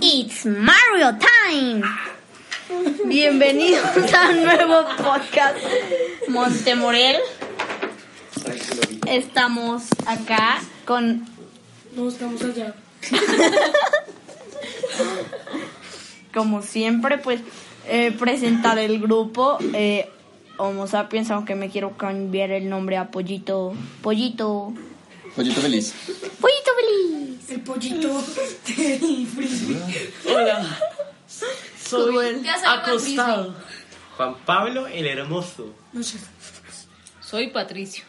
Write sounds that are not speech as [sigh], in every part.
It's Mario Time. Bienvenidos a un nuevo podcast Montemorel. Estamos acá con No, estamos allá. como siempre, pues eh, presentar el grupo eh, Homo Sapiens, aunque me quiero cambiar el nombre a Pollito. Pollito. Pollito feliz. Pollito feliz. El pollito del frisbee. Hola, Cruel. soy acostado. Juan Pablo el Hermoso. No sé. Soy Patricio.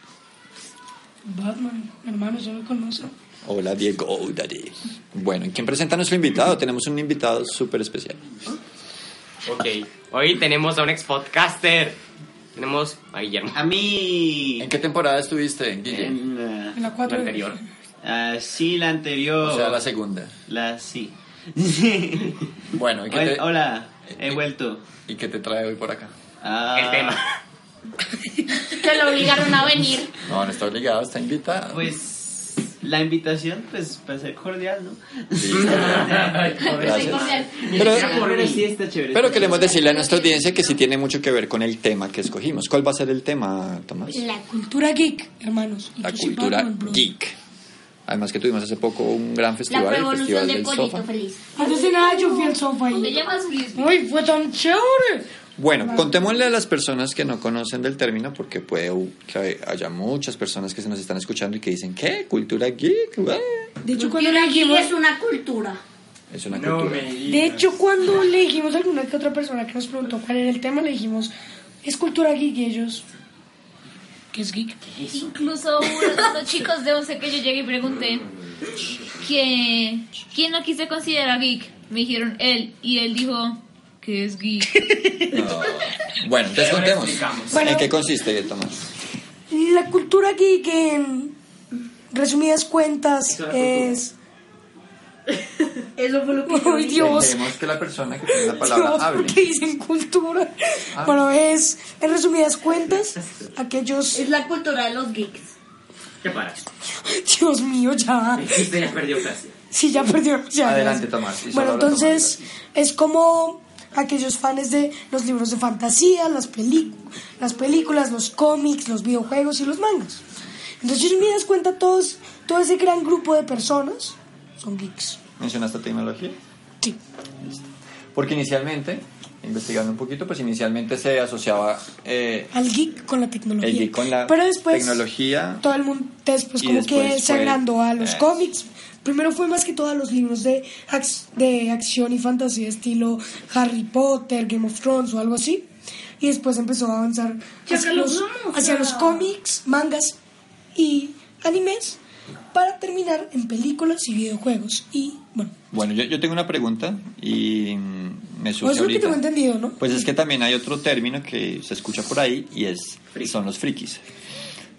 Batman, hermano, yo me conozco. Hola Diego, oh, daddy. Bueno, ¿quién presenta a nuestro invitado? Tenemos un invitado súper especial. Ok, hoy tenemos a un ex podcaster. Tenemos a Guillermo. A mí. ¿En qué temporada estuviste, Guille? en, eh, En la La 4 anterior. ah, sí, la anterior. O sea, la segunda. La- sí. [laughs] Bueno, ¿y qué, Hol- te, Hola, Eh, he vuelto. ¿y qué te trae hoy por acá? Ah, El tema. Que lo obligaron a venir. No, no está obligado, está invitado. Pues la invitación, pues para ser cordial, ¿no? [laughs] Sí. Soy Gracias. cordial. Pero- Pero sí está este chévere. Pero está queremos decirle a nuestra audiencia que sí tiene mucho que ver con el tema que escogimos. ¿Cuál va a ser el tema, Tomás? La Cultura geek, hermanos. Y La yo soy cultura Batman, bro. geek. Además que tuvimos hace poco un gran La festival, el revolución Festival de del Pollito Sofá. Feliz. Antes de nada, yo fui al sofá Le y. llamas Frisbee. ¡Uy, fue tan chévere! Bueno, contémosle a las personas que no conocen del término, porque puede que haya muchas personas que se nos están escuchando y que dicen, ¿qué? ¿Cultura geek? Ué". De hecho, cuando le dijimos. es una cultura. Es una cultura. De hecho, cuando le dijimos a alguna que otra persona que nos preguntó cuál era el tema, le dijimos: Es cultura geek y ellos. ¿Qué es geek? Incluso uno de los chicos de 11 que yo llegué y pregunté que quién aquí se considera geek. Me dijeron él y él dijo que es geek. No. Bueno, entonces contemos. Bueno. ¿En qué consiste, Tomás? La cultura geek, en resumidas cuentas, es. Eso fue lo ¡Uy, Dios! que la persona que tiene la Dios, ¿por qué dicen cultura? Bueno, es, en resumidas cuentas, aquellos... Es la cultura de los geeks. ¿Qué paras? Dios mío, ya. Usted ya perdió clase. Sí, ya perdió. ya, Adelante, gracias. Tomás, y solo Bueno, habla Tomás, entonces, es como aquellos fans de los libros de fantasía, las, peli- las películas, los cómics, los videojuegos y los mangas. Entonces, si me das cuenta, todos, todo ese gran grupo de personas son geeks. ¿Mencionaste tecnología? Sí. Porque inicialmente, investigando un poquito, pues inicialmente se asociaba eh, Al geek con la tecnología. el geek con la Pero después, tecnología. todo el mundo después Y como que después se fue- agrandó a los eh. cómics. Primero fue más que todo a los libros de, ac- de acción y fantasía estilo Harry Potter, Game of Thrones o algo así. Y después empezó a avanzar hacia los, hacia los cómics, mangas y animes para terminar en películas y videojuegos. Y bueno, Bueno, yo, yo tengo una pregunta y mm, me surge o es lo que ahorita. tengo entendido, ¿no? Pues es que también hay otro término que se escucha por ahí y es son los frikis.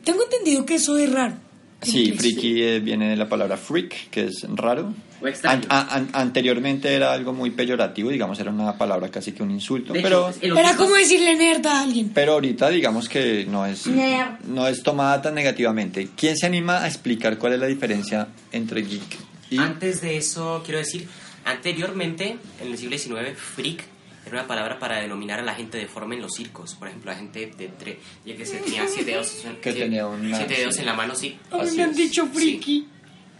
Tengo entendido que eso es raro. Sí, Entonces, friki eh, viene de la palabra freak, que es raro. O extraño. An- a- an- anteriormente era algo muy peyorativo, digamos, era una palabra casi que un insulto, De pero hecho, el Era obispo- como decirle nerd a alguien. pero ahorita digamos que no es Nerd. no es tomada tan negativamente. ¿Quién se anima a explicar cuál es la diferencia entre geek y Antes de eso, quiero decir, anteriormente, en el siglo XIX, freak era una palabra para denominar a la gente deforme en los circos. Por ejemplo, la gente de tre- ya que se tenía siete dedos, Que siete- tenía una- siete dedos en la mano, sí. A mí Así me han es. dicho friki.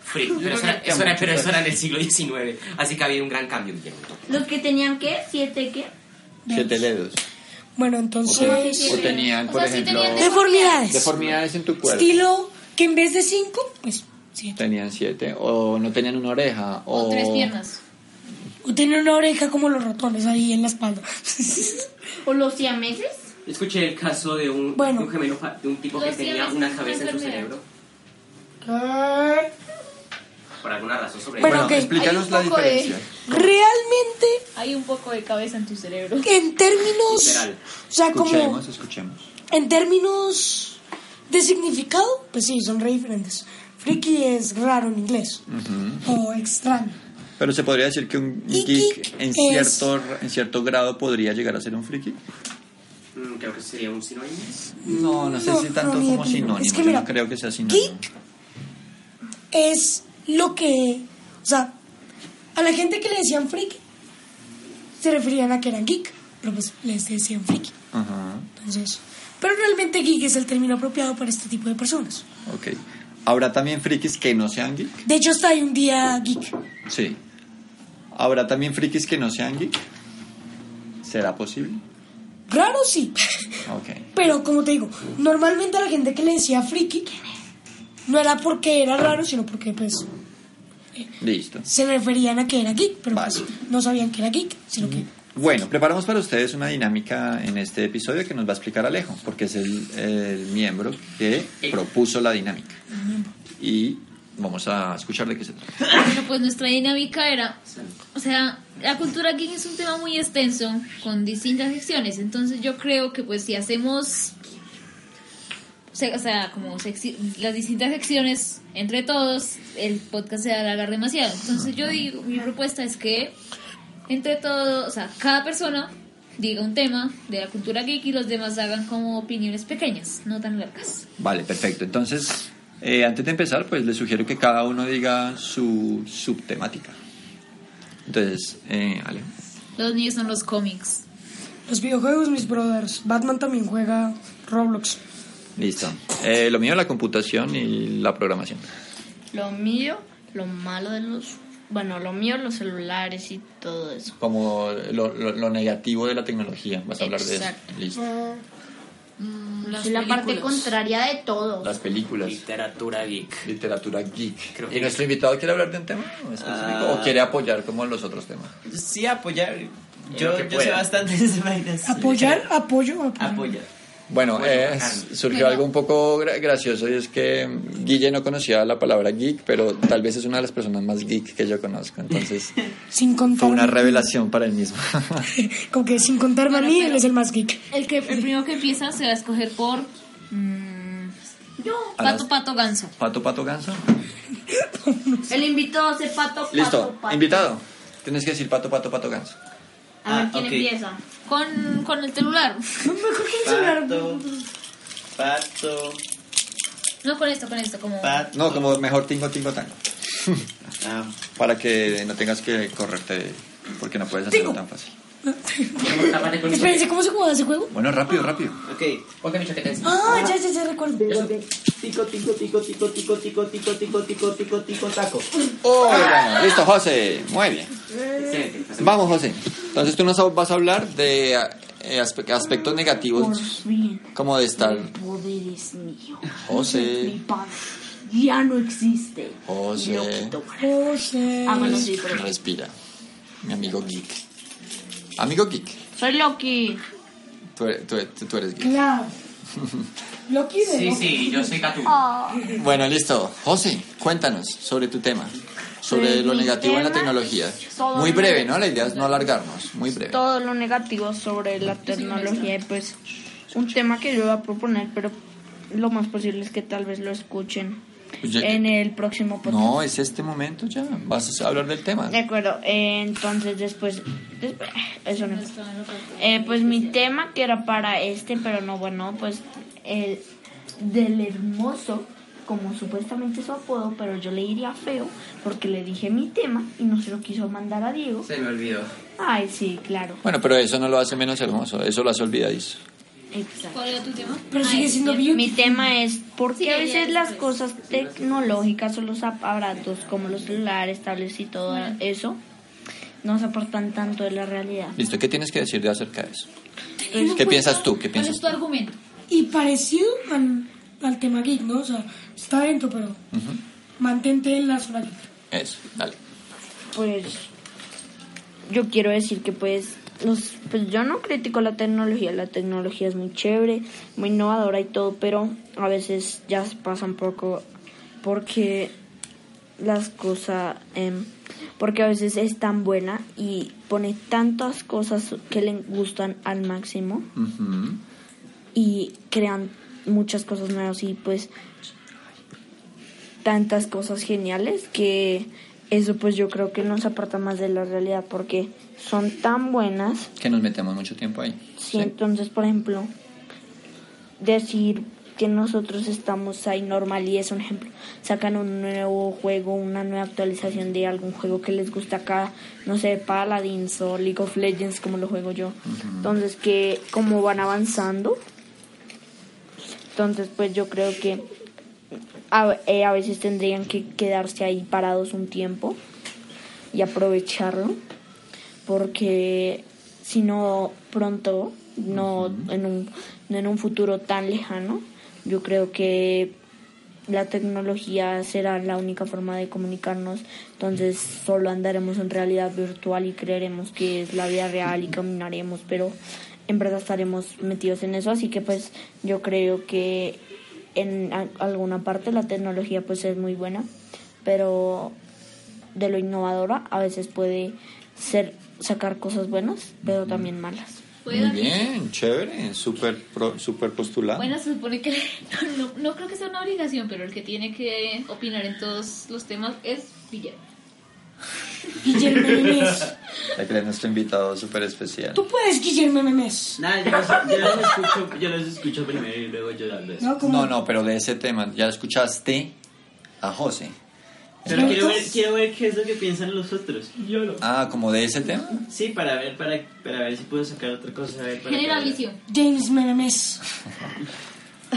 Freak, pero eso era, eso era- pero eso era en el siglo XIX, así que ha habido un gran cambio. Guillermo. Los que tenían que siete que siete dedos? Bueno, O, te- entonces. o tenían, por O sea, sí ejemplo, tenían Deformidades. deformidades en tu cuerpo. Estilo que en vez de cinco, pues siete. Tenían siete, o no tenían una oreja, o, Con tres piernas. O tener una oreja como los ratones ahí en la [laughs] espalda. o los siameses. Escuché el caso de un, Bueno. de un gemelo fa- de un tipo que Los tenía siameses una son cabeza en su enfermedad. cerebro. Por alguna razón sobre Bueno, Bueno, ok. explícanos la diferencia. realmente Hay un poco de cabeza en tu cerebro. en términos, Literal. o sea, como Escuchemos, escuchemos. en términos de significado, pues sí, son re diferentes. Friki es raro en inglés Mm. o extraño. Pero se podría decir que un Y geek geek en es- cierto, en cierto grado podría llegar a ser un friki. Mm, creo que sería un sinónimo. No, no sé No, si tanto no, ni de como pingo. sinónimo. Es que Yo mira, no creo que sea sinónimo. geek es lo que, o sea, a la gente que le decían friki se referían a que eran geek, pero pues les decían friki. Ajá, Entonces, pero realmente geek es el término apropiado para este tipo de personas. ok. ¿Habrá también frikis que no sean geek? De hecho, hasta hay un día geek. Sí. ¿Habrá también frikis que no sean geek? ¿Será posible? Raro sí. [laughs] Ok. Pero como te digo, normalmente a la gente que le decía friki no era porque era raro, sino porque pues Listo. se referían a que era geek, pero Vale. pues, no sabían que era geek, sino que Bueno, preparamos para ustedes una dinámica en este episodio que nos va a explicar Alejo, porque es el, el miembro que propuso la dinámica. Y vamos a escuchar de qué se trata. Bueno, pues nuestra dinámica era, o sea, la cultura geek es un tema muy extenso, con distintas secciones, entonces yo creo que pues si hacemos, o sea, o sea, como secci- las distintas secciones entre todos, el podcast se va a alargar demasiado. Entonces yo digo, mi propuesta es que entre todos, o sea, cada persona diga un tema de la cultura geek y los demás hagan como opiniones pequeñas, no tan largas. Vale, perfecto. Entonces, eh, antes de empezar, pues les sugiero que cada uno diga su subtemática. Entonces, eh, Alejo. Los niños son los cómics. los videojuegos, mis brothers, Batman también juega Roblox. Listo. Eh, lo mío, la computación y la programación. Lo mío, lo malo de los... Bueno, lo mío, los celulares y todo eso. Como lo, lo- lo negativo de la tecnología. Vas a hablar Exacto. de eso. Ah. Listo. Soy Mm. la parte contraria de todo. Las películas. Literatura geek. literatura geek. Creo ¿Y que- nuestro invitado quiere hablar de un tema en específico o quiere apoyar como los otros temas? Sí, apoyar. lo Yo, que yo sé pueda. bastante de esas vainas. Apoyar, apoyo, apoyo. Apoyar. Bueno, Bueno, eh, bacán. s- surgió Bueno. algo un poco gra- gracioso y es que mm, Guille no conocía la palabra geek, pero tal vez es una de las personas más geek que yo conozco. [laughs] Entonces sin contar fue una revelación para él mismo. [laughs] como que sin contarme Bueno, a mí, pero- él es el más geek. El, que, el primero que empieza se va a escoger por. mm, Alas. pato, pato, ganso. pato, pato, ganso. El invitado hace pato, pato, Listo, pato. invitado. Tienes que decir pato, pato, pato, ganso. A ver Ah, quién ok. empieza. Con, con el celular. Pato. Pato. No con esto, con esto. Como. Pato. No, como mejor tingo, tingo, tango. Ah, Para que no tengas que correrte porque no puedes hacerlo Tingo. tan fácil. Espérense, ¿cómo se jugaba ese juego? Bueno, rápido, rápido. ok. Pues- Ponga mi chaqueta encima. Ah, ya, ya, ya recuerdo. Tico, tico, tico, tico, tico, tico, tico, tico, tico, tico, tico, taco. Oh, bueno, listo, José. Muy bien. Pues- Excelente. Vamos, José. Entonces tú nos vas a hablar de eh, aspe- aspectos negativos, Bien, como de estar. poder es mío. Mi José, padre ya no existe. José. Lo quito para- José. Ah, bueno, sí, pero- respira. Mi amigo geek. Amigo geek, Soy Loki. tú, eres- tú eres- tú eres geek. Claro. Loki de Sí, Loki. sí, yo soy Catu. Ah. Bueno, listo. José, cuéntanos sobre tu tema, sobre Sobre lo mi negativo en la tema, tecnología. todo Muy lo breve, ¿no? La idea es no alargarnos, muy breve. Todo lo negativo sobre la tecnología y pues un tema que yo voy a proponer, pero lo más posible es que tal vez lo escuchen Pues ya- en el próximo podcast. No, es este momento ya. Vas a hablar del tema. De acuerdo, eh, entonces después, después- eso no importa. Eh, pues mi tema que era para este, pero no, bueno, pues el del hermoso, como supuestamente su apodo, pero yo le diría feo, porque le dije mi tema y no se lo quiso mandar a Diego. Se me olvidó. Ay, sí, claro, Bueno, pero eso no lo hace menos hermoso, eso lo hace olvidadizo. exacto. ¿Cuál era tu tema? Pero Ah, sigue ese siendo ya. beauty. Mi tema es por Sí, qué a ya veces las después. cosas tecnológicas o los aparatos como los celulares, tablets y todo eso nos apartan tanto de la realidad. Listo, ¿qué tienes que decir de acerca de eso? Entonces, ¿Qué piensas tú? ¿Qué ¿Cuál piensas es tú? tu argumento? Y parecido al, al tema geek, ¿no? O sea, está dentro, pero mantente en la zona geek. Eso, dale. Pues yo quiero decir que pues los pues yo no critico la tecnología, la tecnología es muy chévere, muy innovadora y todo, pero a veces ya se pasa un poco porque las cosas, em, porque a veces es tan buena y pone tantas cosas que le gustan al máximo Ujú. y crean muchas cosas nuevas y pues tantas cosas geniales que eso pues yo creo que nos aparta más de la realidad porque son tan buenas Que nos metemos mucho tiempo ahí. Sí, entonces, por ejemplo, decir que nosotros estamos ahí normal y es un ejemplo. Sacan un nuevo juego, una nueva actualización de algún juego que les gusta acá, no sé, Paladins o League of Legends, como lo juego yo. Entonces, que como van avanzando, entonces, pues yo creo que a, eh, a veces tendrían que quedarse ahí parados un tiempo y aprovecharlo porque si no pronto, no en un no en un futuro tan lejano, yo creo que la tecnología será la única forma de comunicarnos, entonces solo andaremos en realidad virtual y creeremos que es la vida real y caminaremos, pero en verdad estaremos metidos en eso, así que pues yo creo que en a- alguna parte la tecnología pues es muy buena, pero de lo innovadora a veces puede ser sacar cosas buenas, pero también malas. Puede Muy dar- bien, chévere, súper pro- súper postulado. Bueno, se supone que [laughs] no, no- no creo que sea una obligación, pero el que tiene que opinar en todos los temas es Guillermo. Guillermo Memes. Ya que es nuestro invitado súper especial. Tú puedes, Guillermo Memes. Nada, yo los, yo los escucho, yo los escucho primero y luego yo hablo de eso. No, como No, no, pero de ese tema, ya escuchaste a José. Pero quiero ver, quiero ver qué es lo que piensan los otros. Yo no. Ah, como de ese tema. Sí, para ver, para, para ver si puedo sacar otra cosa. A ver, para Genera que- visión. James Memes.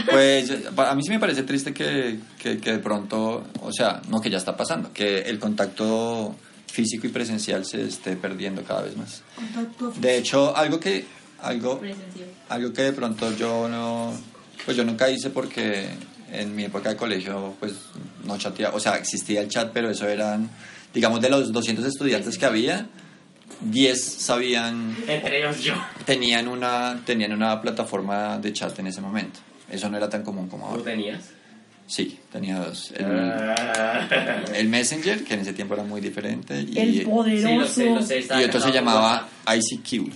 Pues eh, pa- a mí sí me parece triste que, que, que de pronto, o sea, no que ya está pasando, que el contacto físico y presencial se esté perdiendo cada vez más. De hecho, algo que algo Presencial. algo que de pronto yo no pues yo nunca hice porque en mi época de colegio pues no chateaba, o sea, existía el chat, pero eso eran digamos de los 200 estudiantes que había, 10 sabían Entre ellos yo. Ah. tenían una tenían una plataforma de chat en ese momento. Eso no era tan común como ¿Tú ahora. tenías? Sí, tenía dos. Eh. El, el Messenger, que en ese tiempo era muy diferente, y, El y Sí, lo poderoso. sé, lo sé. estaba otro se casado con llamaba ICQ.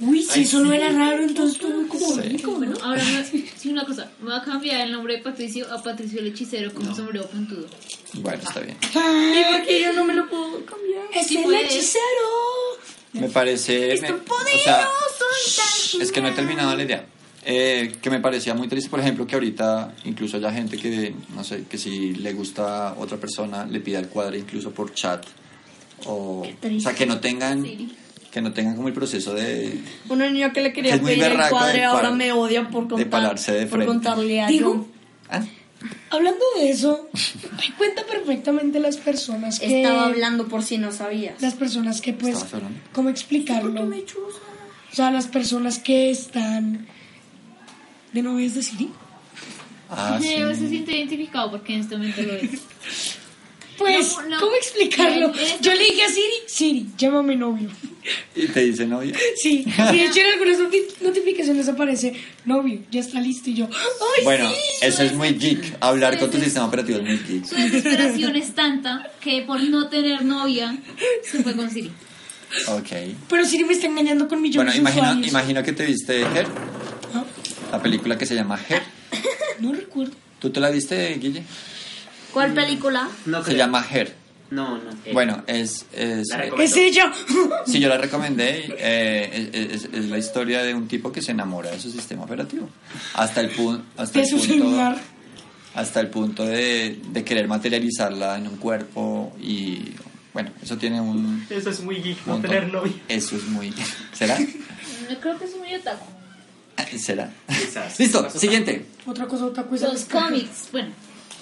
Uy, si eso no era raro, entonces tú muy como Sí. rico, Bueno, ¿no? ahora me, sí, una cosa. Me va a cambiar el nombre de Patricio a Patricio el hechicero con un sombrero puntudo. Bueno, está bien. Porque yo no me lo puedo cambiar. Es Sí el puedes. hechicero. Me parece... me- o sea, es que no he terminado la idea. Eh, que me parecía muy triste, por ejemplo, que ahorita incluso haya gente que, no sé, que si le gusta a otra persona, le pida el cuadro incluso por chat. O, o sea, que no tengan... Que no tengan como el proceso de... Una niña que le quería Es muy pedir el berraco cuadre de ahora par- me odia por contar, de pararse de por frente. contarle a Digo, John. Ah, Hablando de eso, me cuenta perfectamente las personas que... Estaba hablando por si no sabías. Las personas que pues... Estabas hablando. ¿Cómo explicarlo? O sea, las personas que están... ¿De no es de Siri? [laughs] ah, sí. Leo se siente identificado porque en este momento lo es. Pues, No, no. ¿cómo explicarlo? Bien, es- Yo le dije a Siri, Siri, llama a mi novio. Y te dicen, oye... Sí, y [laughs] de hecho en algunas noti- notificaciones aparece, novio, ya está listo, y yo, ¡ay, Bueno, sí! eso es muy geek. Hablar con tu sistema operativo es muy geek. Su desesperación es tanta que por no tener novia se fue con Siri. Ok. Pero Siri me está engañando con millones Bueno, de imagina, usuarios. imagina que te viste Her, Ah, la película que se llama Her. no [laughs] recuerdo. ¿Tú te la viste, Guille? ¿Cuál película? No, Se creo. llama Her. No, no. Bueno, es... es La eh, recomiendo. Es ella. [laughs] sí, yo la recomendé. eh, es, es- es la historia de un tipo que se enamora de su sistema operativo. Hasta el, pu- hasta De el su punto... celular. Hasta el punto de, de querer materializarla en un cuerpo y... Bueno, eso tiene un... Eso es muy geek, no montón. tener novia. Eso es muy... ¿Será? No Mm, creo que es muy otaku. ¿Será? Quizás. Listo, siguiente. Otra cosa, otra cosa. Los cómics. Bueno,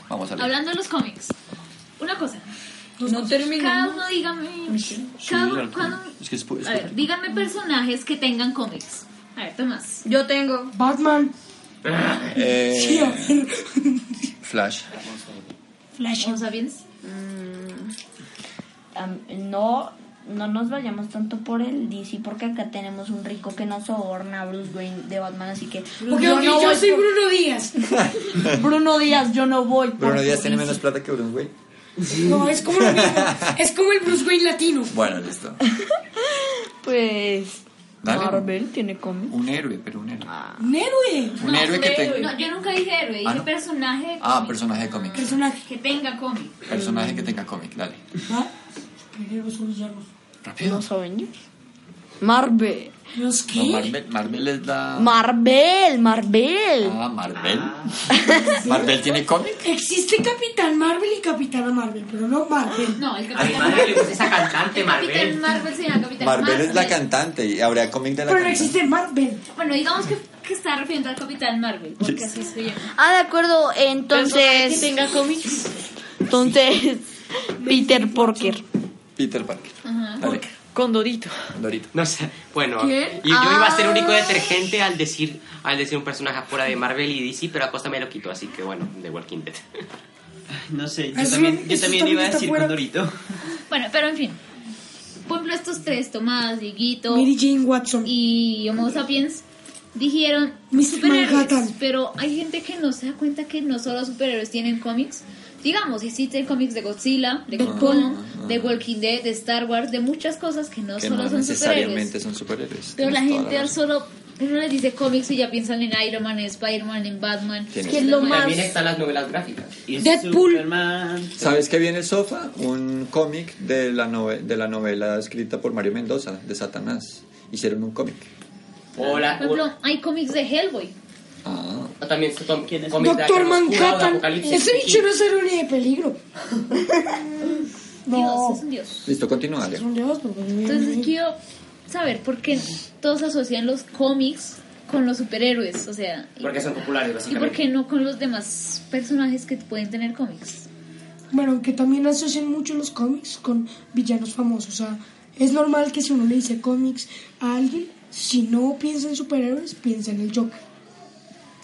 Vamos a ver. hablando de los cómics. Una cosa. Pues, No Cada terminamos. uno dígame. Sí, Cada uno. claro. cada- Es que es, pu- es a ver, pu- díganme personajes que tengan cómics. A ver, Tomás. Yo tengo. Batman. Eh, Sí, a ver. Flash. Flash. ¿O sabiens? Am- no, no nos vayamos tanto por el DC porque acá tenemos un rico que nos soborna a Bruce Wayne de Batman, así que Ok, yo no ok, yo voy soy por- Bruno Díaz. Bruno Díaz, yo no voy. por Bruno Díaz tu tiene DC. menos plata que Bruce Wayne. No, es como lo mismo. Es como el Bruce Wayne latino. Bueno, listo. Pues. Dale. Marvel tiene cómic. Un héroe, pero un héroe. Un héroe. Un héroe que tenga. No, yo nunca dije héroe, dije Ah, ¿no? personaje. de Ah, cómic. personaje de cómic. Personaje. Que tenga cómic. Personaje que tenga cómic, dale. ¿Ah? Primero son los llanos. Rápido. Los Avengers. Marvel. ¿Los No, qué? Marvel, Marvel es la. Marvel, Marvel. Ah, Marvel. Marvel tiene cómic. Existe Capitán Marvel y Capitana Marvel, pero no Marvel. No, el A mi Capitán madre le Marvel. gusta esa [laughs] cantante, El Capitán Marvel. Marvel se llama Capitán Marvel es la Marvel. cantante y habrá cómic de la Pero no cantante. existe Marvel. Bueno, digamos que, que está refiriendo al Capitán Marvel, porque así se llama. Ah, de acuerdo. Personaje que Entonces. tenga cómics. Entonces. Peter Porker. Peter Parker. Ajá. Dale, Con Dorito. Dorito. No sé, bueno, ¿Qué? y yo iba a ser único Ay. detergente al decir al decir un personaje afuera de Marvel y DC, pero a costa me lo quitó, así que bueno, de Walking Dead. No sé, yo Eso- también, yo eso también también iba a está decir fuera. con Dorito. Bueno, pero en fin. Por ejemplo, estos tres, Tomás, Dieguito Mary Jane Watson. y Homo sapiens, dijeron Mr. superhéroes. Manhattan. Pero hay gente que no se da cuenta que no solo superhéroes tienen cómics. Digamos, existen cómics de Godzilla, Ah, de King Kong, de Walking Dead, de Star Wars, de muchas cosas que no Que solo no son superhéroes. necesariamente son superhéroes. Pero la Tienes toda gente razón. solo uno les dice cómics y ya piensan en Iron Man, en Spider-Man, en Batman. Tienes- que es lo más. También están las novelas gráficas. Y Deadpool. Superman. ¿Sabes qué viene el sofá? Un cómic de, la nove- de la novela escrita por Mario Mendoza, de Satanás. Hicieron un cómic. O, la, Por ejemplo, hay cómics de Hellboy. Ah, o- o también se tom- ¿Quién es? cómics de Doctor Acción Oscura o de Manhattan. Apocalipsis. Ese bicho no es héroe ni de peligro. Dios, No. es un dios. listo, continúa, Ale. Es un dios, pero pues, mira, Entonces mira. quiero saber por qué todos asocian los cómics con los superhéroes, o sea, y, Porque son populares, y por básicamente. qué no con los demás personajes que pueden tener cómics. Bueno, que también asocian mucho los cómics con villanos famosos. O sea, es normal que si uno le dice cómics a alguien, si no piensa en superhéroes, piensa en el Joker.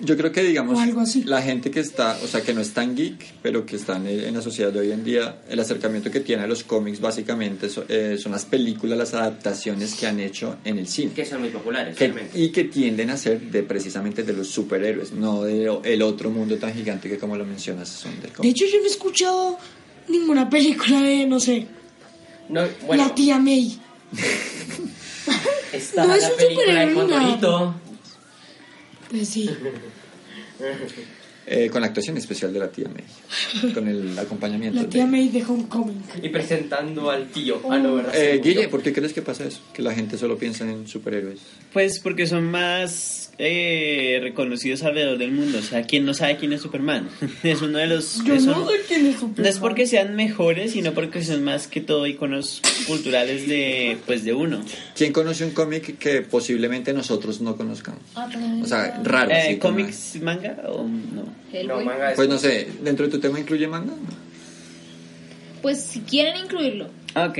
Yo creo que, digamos, O algo así. la gente que está, o sea, que no es tan geek, pero que está en, en la sociedad de hoy en día, el acercamiento que tiene a los cómics básicamente so- eh, son las películas, las adaptaciones que han hecho en el cine. Que son muy populares, Que- obviamente. y que tienden a ser de precisamente de los superhéroes, no del otro mundo tan gigante que como lo mencionas son del De cómic. hecho, yo no he escuchado ninguna película de, no sé, No, bueno, la tía May. está no es la un película de superhéroe, no. Condorito. Pues sí. Eh, con la actuación especial de la tía May, con el acompañamiento. La tía de- May de Homecoming. Y presentando al tío. Ah, no, ¿verdad? Eh, Se murió. Guille, ¿por qué crees que pasa eso? Que la gente solo piensa en superhéroes. Pues porque son más eh, reconocidos alrededor del mundo. O sea, ¿quién no sabe quién es Superman? [laughs] es uno de los... Yo es no un- sé quién es Superman. no es porque sean mejores, sino porque son más que todo iconos culturales de, pues, de uno. ¿Quién conoce un cómic que posiblemente nosotros no conozcamos? O sea, raro. Eh, así como- ¿Cómics, manga o no? No, Hellboy. manga Pues no sé, ¿dentro de tu tema incluye manga? pues si quieren incluirlo. Ah, Ok.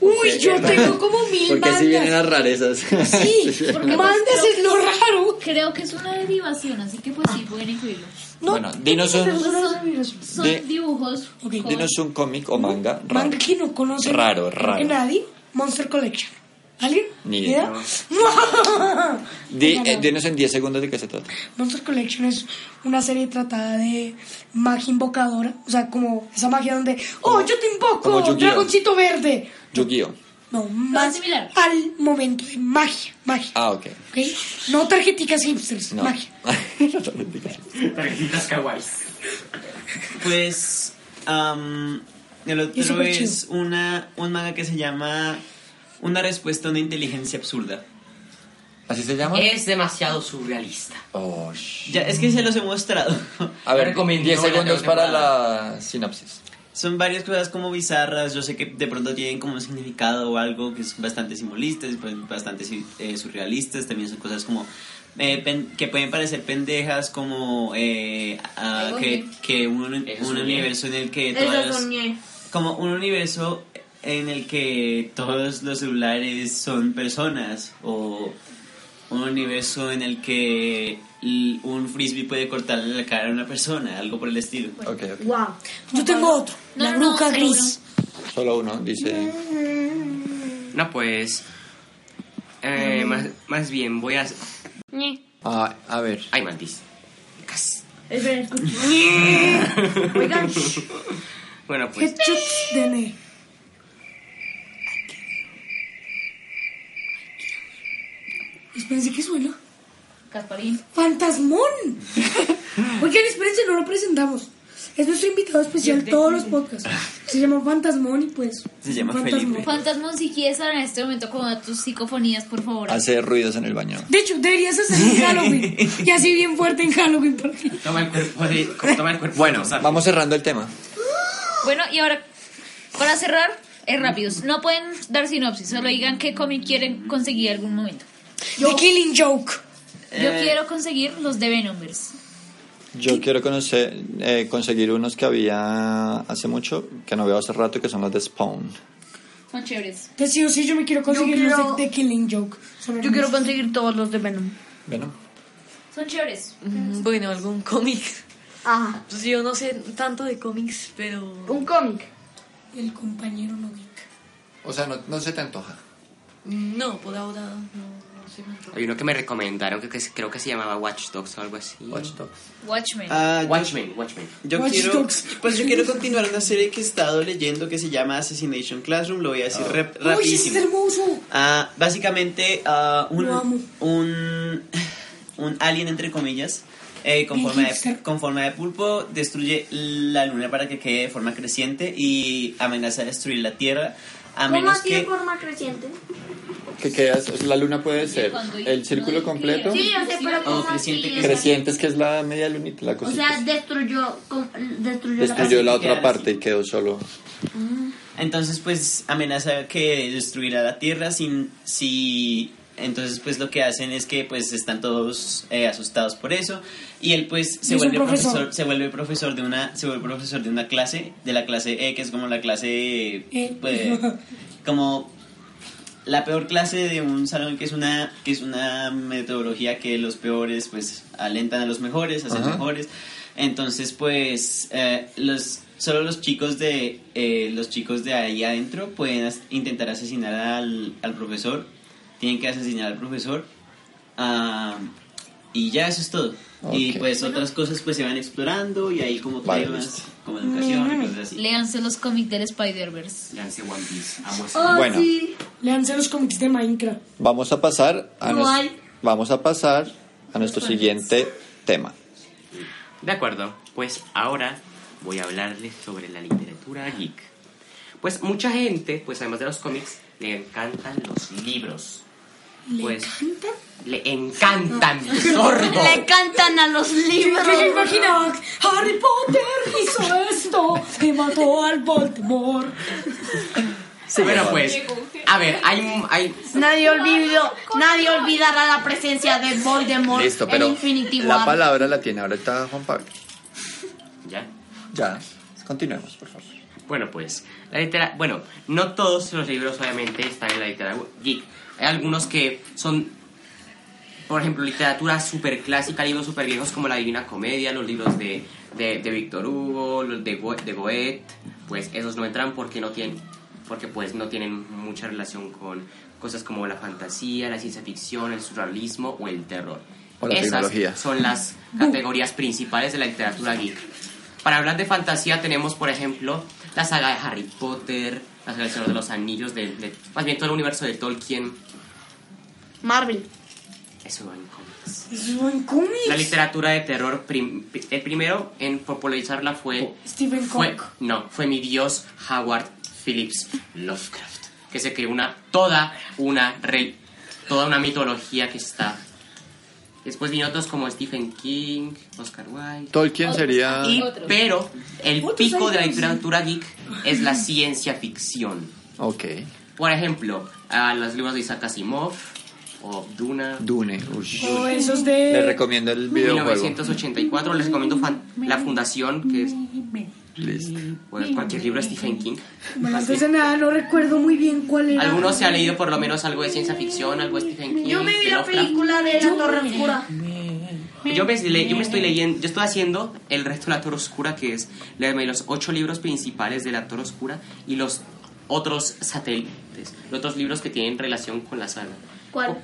Uy, yo tengo como mil Porque si vienen mangas. las rarezas. Sí, porque- mangas es lo raro. Creo que es una derivación, así que pues sí pueden incluirlo. No, Bueno, dinos un- no, no, no, no, no. Son De- dibujos. Ok, con- Dinos un cómic o manga raro. Manga que no conoce Raro, creo raro. que nadie. Monster Collection. ¿Alguien? Ni idea. [laughs] Di- eh, dinos en 10 segundos de qué se trata. Monster Collection es una serie tratada de magia invocadora. O sea, como esa magia donde. ¡Oh, yo te como invoco! Yu-Gi-Oh. ¡Dragoncito verde! Yu-Gi-Oh. No, más similar. al momento de magia, magia. Ah, ok. ¿ok? No tarjeticas hipsters, No. magia. Tarjetitas kawaiis. Pues am, el Y es otro súper es una un manga que se llama Una respuesta a una inteligencia absurda. ¿Así se llama? Es demasiado surrealista. Oh, sh- Ya es que se los he mostrado. [laughs] A ver, Recomendó 10 la segundos nueva para temporada. la sinopsis. Son varias cosas como bizarras, yo sé que de pronto tienen como un significado o algo que son bastante simbolistas, pues, bastante si- eh, surrealistas, también son cosas como eh, pen- que pueden parecer pendejas, como eh, ah, Algo que, bien. que un, Eso un soñé. universo en el que todas Eso las- soñé. como un universo en el que todos los celulares son personas o un universo en el que l- un frisbee puede cortarle la cara a una persona, algo por el estilo. Pues, Ok, ok. Wow. Yo tengo otro. No, la no, no, bruja seguro. gris. Solo uno dice. No, pues. eh, más, más bien, voy a. Ñe. Ah, a ver. Ay, mantis. [laughs] Esperen, escucho. Oigan, Bueno, pues. Headshots de Ne. Espérense, ¿qué suena? Casparín. [laughs] ¡Fantasmón! Oigan, espérense, no lo presentamos. Es nuestro invitado especial todos los podcasts. Se llama Fantasmón y pues. Se llama Fantasmón. Felipe. Fantasmón, si quieres ahora en este momento con tus psicofonías, por favor. Hace ruidos en el baño. De hecho, deberías hacer en Halloween. Y así bien fuerte en Halloween. Porque... Toma el cuerpo [laughs] de. Toma el cuerpo Bueno, de Mozart. vamos cerrando el tema. Bueno, y ahora, para cerrar, es rápidos. No pueden dar sinopsis, solo digan qué cómic quieren conseguir algún momento. The Killing Joke. Yo Eh. quiero conseguir los de Venomers. Yo quiero conocer, eh, conseguir unos que había hace mucho, que no veo hace rato, que son los de Spawn. Son chéveres. Entonces, sí o sí, yo me quiero conseguir Yo los de- quiero- de Killing Joke. Son Yo quiero conseguir todos los de Venom. Bueno, Son chéveres. Mm, Bueno, algún cómic. Ajá. Pues yo no sé tanto de cómics, pero. Un cómic. El compañero no geek. o sea, no, no se te antoja. No, por ahora no, no sé mucho. Hay uno que me recomendaron que, que se- creo que se llamaba Watch Dogs o algo así. Watch Dogs. Watchmen. Ah, yo- Watchmen, Watchmen. Yo Watch quiero, Dogs. pues yo quiero continuar una serie que he estado leyendo que se llama Assassination Classroom, lo voy a decir rap- Ah. ¡Uy, ese es rapidísimo. hermoso! Ah, básicamente ah, un, Lo amo. un un alien entre comillas eh, con, Bien forma de, hipster. con forma de pulpo destruye la luna para que quede de forma creciente y amenaza a destruir la tierra a menos que forma creciente? Que quedas, o sea, la luna puede ser Cuando- el círculo cuando- completo, Sí, yo sé, pero o ¿cómo creciente así? que- crecientes, que es la media lunita, la O cosita. sea, destruyó, com- destruyó, Destruyó la otra Quedas- parte y quedó solo. Entonces, pues amenaza que destruirá la Tierra sin si entonces pues lo que hacen es que pues están todos eh, asustados por eso y él pues Y se es un vuelve profesor. profesor. se vuelve profesor de una se vuelve profesor de una clase de la clase E que es como la clase Eh. pues, como la peor clase de un salón que es una que es una metodología que los peores pues alentan a los mejores a ser Ajá. mejores entonces pues eh, los solo los chicos de eh, los chicos de ahí adentro pueden as- intentar asesinar al, al profesor tienen que asesinar al profesor ah, y ya eso es todo y Ok. pues otras cosas pues se van explorando y ahí como Vale, temas listo. como educación y cosas así Léanse los cómics del Spider-Verse. Lance One Piece. Amo ese. Oh, bueno, Leanse los cómics de Minecraft. vamos a pasar a, No nos- hay. vamos a, pasar a nuestro siguiente tema. De acuerdo, pues ahora voy a hablarles sobre la literatura geek. Pues mucha gente, pues además de los cómics, le encantan los libros. ¿Le Pues- encanta? Le encantan, sordo. Le cantan a los Yo, libros. yo imaginaba Harry Potter hizo esto y mató al Baltimore. bueno, pues, a ver, hay, un- hay Nadie olvidó, nadie olvidará la presencia de Voldemort en Infinity War. palabra la tiene ahorita Juan Pablo. ya. Ya, continuemos, por favor. Bueno, pues, la litera... Bueno, no todos los libros obviamente están en la literatura geek. Hay algunos que son, por ejemplo, literatura súper clásica, libros súper viejos como La Divina Comedia, los libros de, de, de Víctor Hugo, los de, Go- de Goethe. Pues esos no entran porque no tienen, porque pues no tienen mucha relación con cosas como la fantasía, la ciencia ficción, el surrealismo o el terror. O la Esas tecnología. son las categorías principales de la literatura geek. Para hablar de fantasía tenemos, por ejemplo, la saga de Harry Potter, la saga del Señor de los Anillos, de, de- más bien todo el universo de Tolkien. Marvel. Eso va en cómics. Es buen La cómic. literatura de terror, prim- el primero en popularizarla fue... Stephen fue Cook. no, fue mi dios Howard Phillips Lovecraft, que se creó una, toda, una re- toda una mitología que está... Después vino otros como Stephen King, Oscar Wilde, Tolkien sería... Y- Otros. pero el Otros pico de la años. literatura geek es la ciencia ficción. Ok. Por ejemplo, a los libros de Isaac Asimov o Duna. Dune. ush. O esos Le de. recomiendo el videojuego. 1984, les recomiendo fan- La Fundación, que es Listo. bueno, cualquier libro de Stephen King. Bueno, antes de nada, no recuerdo muy bien cuál era. Algunos se ha leído por lo menos algo de ciencia ficción, algo de Stephen King. Yo me de vi la Lovecraft. película de La Torre Oscura. Yo me, le- yo me estoy leyendo, yo estoy haciendo el resto de La Torre Oscura, que es leerme los ocho libros principales de La Torre Oscura y los otros satélites, los otros libros que tienen relación con la saga. Oh, ¿Cuál?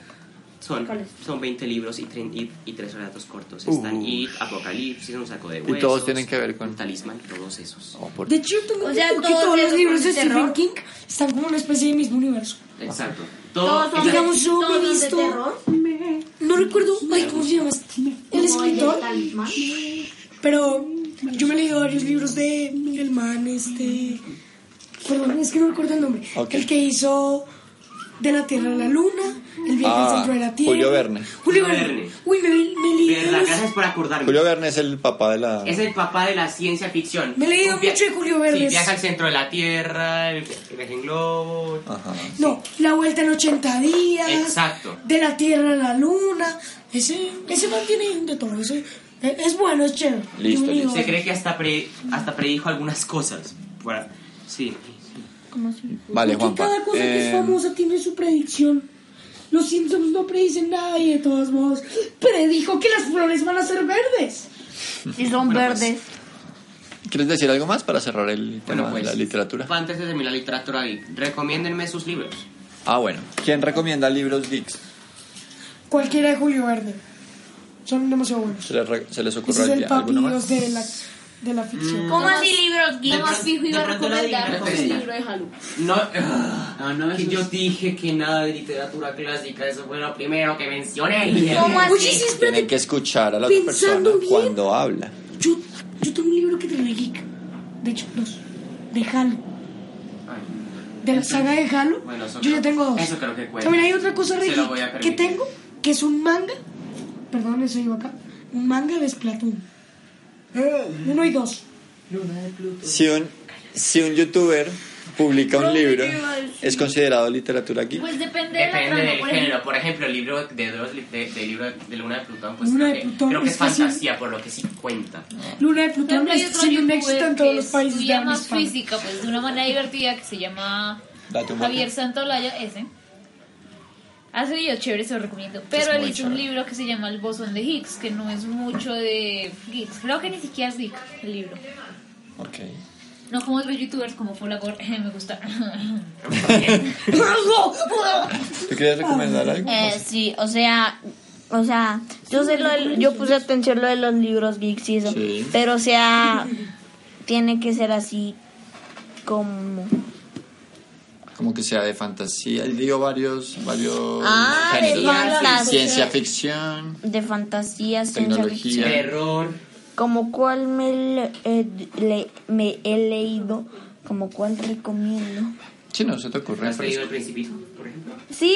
Son, ¿Cuáles? son 20 libros y, tre- y, y tres relatos cortos. Uh. Están It, Apocalipsis, Un saco de Y huesos. todos tienen que ver con- Un talismán, todos esos. Oh, por- De hecho, yo tengo O sea, entendido que todos todos los esos libros de son de Stephen terror. King están como una especie de mismo universo. Exacto. Todos Todo, son- Digamos, yo me he todos los de visto. terror. No recuerdo, ay, ¿cómo se llama? este? El escritor. Pero yo me he leído varios libros de el man, este. Perdón, es que no recuerdo el nombre. Ok. El que hizo De la Tierra a la Luna, El viaje al Ah, centro de la Tierra. Julio Verne. Julio Julio Verne. Verne. Uy, me, me leí. Verla, gracias por acordarme. Julio Verne es el papá de la... Es el papá de la ciencia ficción. Me he leído Un via- mucho de Julio Sí, Verne. viaja al centro de la Tierra, el el viaje en globo. Ajá. No, La Vuelta en 80 días. Exacto. De la Tierra a la Luna. Ese, ese man tiene de todo. Ese, eh, es bueno, es chévere. Listo, Yo me he leído Se cree que hasta, pre- hasta predijo algunas cosas. Bueno, sí. Vale, Porque Juanpa. cada cosa que es eh, famosa tiene su predicción. Los Simpsons no predicen nada y de todos modos predijo que las flores van a ser verdes. Si son Bueno, pues, verdes. ¿Quieres decir algo más para cerrar el tema Bueno, pues. de la literatura? Antes de terminar la literatura, Vic, recomiéndenme sus libros. Ah, bueno. ¿Quién recomienda libros geeks? Cualquiera de Julio Verde. Son demasiado buenos. ¿Se les, re- se les ocurre Ese es el alguno papi más? Mm. Dios de la, de la ficción. pues, ¿Cómo así libros Lo más geeks? fijo iba a de pronto la recomendar diga, el recomienda. libro de Halu. No, Ah, no, que eso yo es- dije que nada de literatura clásica, eso fue lo primero que mencioné. ¿Cómo así? Oye, sí, espérate. Tienen que escuchar a la otra persona Pensando bien. cuando habla. Yo, yo tengo un libro que trae geek. De hecho, dos. De Halo. De la saga de Halo. Bueno, eso yo ya creo- tengo dos. eso creo que cuenta. También hay otra cosa re Se lo geek voy a que permitir. tengo, que es un manga. Perdón, eso iba acá. Un manga de Splatoon. Uno y dos. Si un, si un youtuber publica un libro, ¿es considerado literatura geek? Pues depende de la Depende trama, del por género. ejemplo. Por ejemplo, el libro de, dos, de, de libro de Luna de Plutón, pues Luna creo de que- Plutón creo que es es fácil. fantasía, por lo que sí cuenta. Luna de Plutón También hay está otro siendo un youtuber éxito en todos que los países de estudia habla más hispana. física, pues de una manera divertida que se llama Date un golpe. Javier Santolaya, ese. Hace videos chéveres, se lo recomiendo. Pero él muy hizo un chévere. libro que se llama El bosón de Higgs, que no es mucho de Higgs. Creo que ni siquiera es Higgs el libro. Ok. No como otros youtubers como Fulagor, [laughs] me gusta. ¿Tú quieres recomendar algo? Eh, sí, o sea, o sea, yo sé lo del- yo puse atención lo de los libros geeks y eso, Sí. pero o sea, tiene que ser así como Como que sea de fantasía. Él dio varios, varios Ah, de géneros. fantasía. Ciencia ficción, de fantasía, ciencia Tecnología. ficción. Terror. Como cuál me, le- eh, le- me he leído, como cuál recomiendo. Sí, no se te ocurre. ¿Has leído El fresco. Principito, por ejemplo? Sí,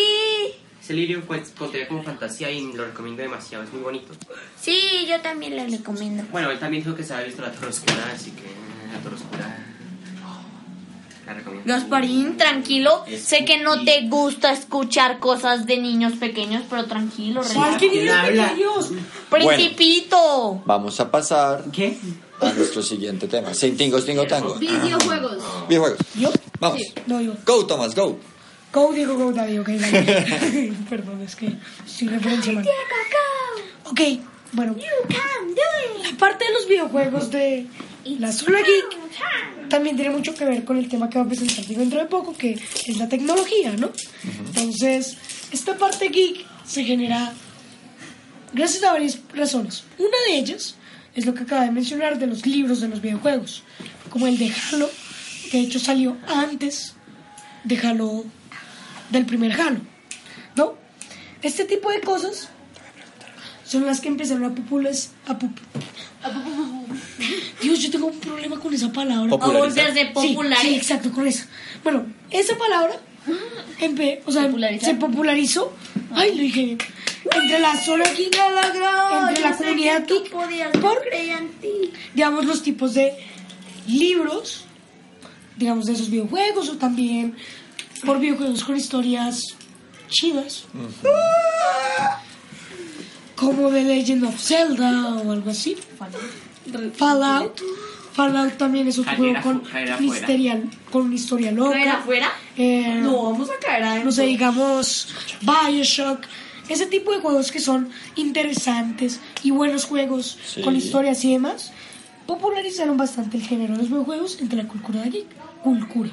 Ese libro pues, contiene como fantasía y lo recomiendo demasiado, es muy bonito. sí, yo también le recomiendo. Bueno, él también dijo que se había visto La Torre Oscura, así que eh, La Torre Oscura... La recomiendo. Gasparín, tranquilo. Sé que no te gusta escuchar cosas de niños pequeños, pero tranquilo, ¿Cuál relaja. que niños habla? pequeños? Principito. Vamos a pasar ¿Qué? a nuestro siguiente tema. Sin tingo, tingo, tango. Ah. Videojuegos. Videojuegos. ¿Yo? Vamos. No, yo. Go, Tomás, go. Go, Diego, go, Daddy, ok. [laughs] dale. [laughs] Perdón, es que estoy referencia mal. Ok, bueno. La parte de los videojuegos de la zona geek también tiene mucho que ver con el tema que va a presentar Diego dentro de poco, que es la tecnología, ¿no? Entonces, esta parte geek se genera gracias a varias razones. Una de ellas es lo que acaba de mencionar de los libros de los videojuegos, como el de Halo, que de hecho salió antes de Halo, del primer Halo, ¿no? Este tipo de cosas son las que empezaron a popularizar. Dios, yo tengo un problema con esa palabra. Ah, Popu- O volverse Sí, popular. Sí, exacto, con esa. Bueno, esa palabra Ah. empe- o sea, Popularizar. se popularizó. Ay, lo dije. Entre la zona geek, entre la comunidad geek, por, digamos, los tipos de libros, digamos, de esos videojuegos, o también por videojuegos con historias chidas, como The Legend of Zelda o algo así. Fallout. Fallout también es otro Caer juego con, afu- caer afuera. historial, con una historia loca. ¿Caer afuera? Eh, vamos a caer no sé, digamos Bioshock, ese tipo de juegos que son interesantes y buenos juegos Sí. con historias y demás, popularizaron bastante el género de los videojuegos entre la cultura de geek. Cultura.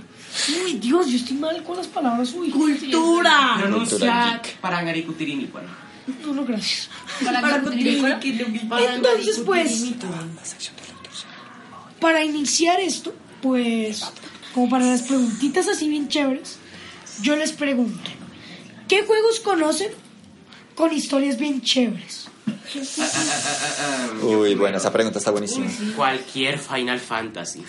Uy, Dios, yo estoy mal con las palabras. Uy, Cultura. Pronuncia para Garicutirini, bueno. No, no, gracias. Para Cutrimicuero. Entonces, pues, ah, para iniciar esto, pues, como para las preguntitas así bien chéveres, yo les pregunto, ¿qué juegos conocen con historias bien chéveres? Uy, bueno, esa pregunta está buenísima. Cualquier Final Fantasy.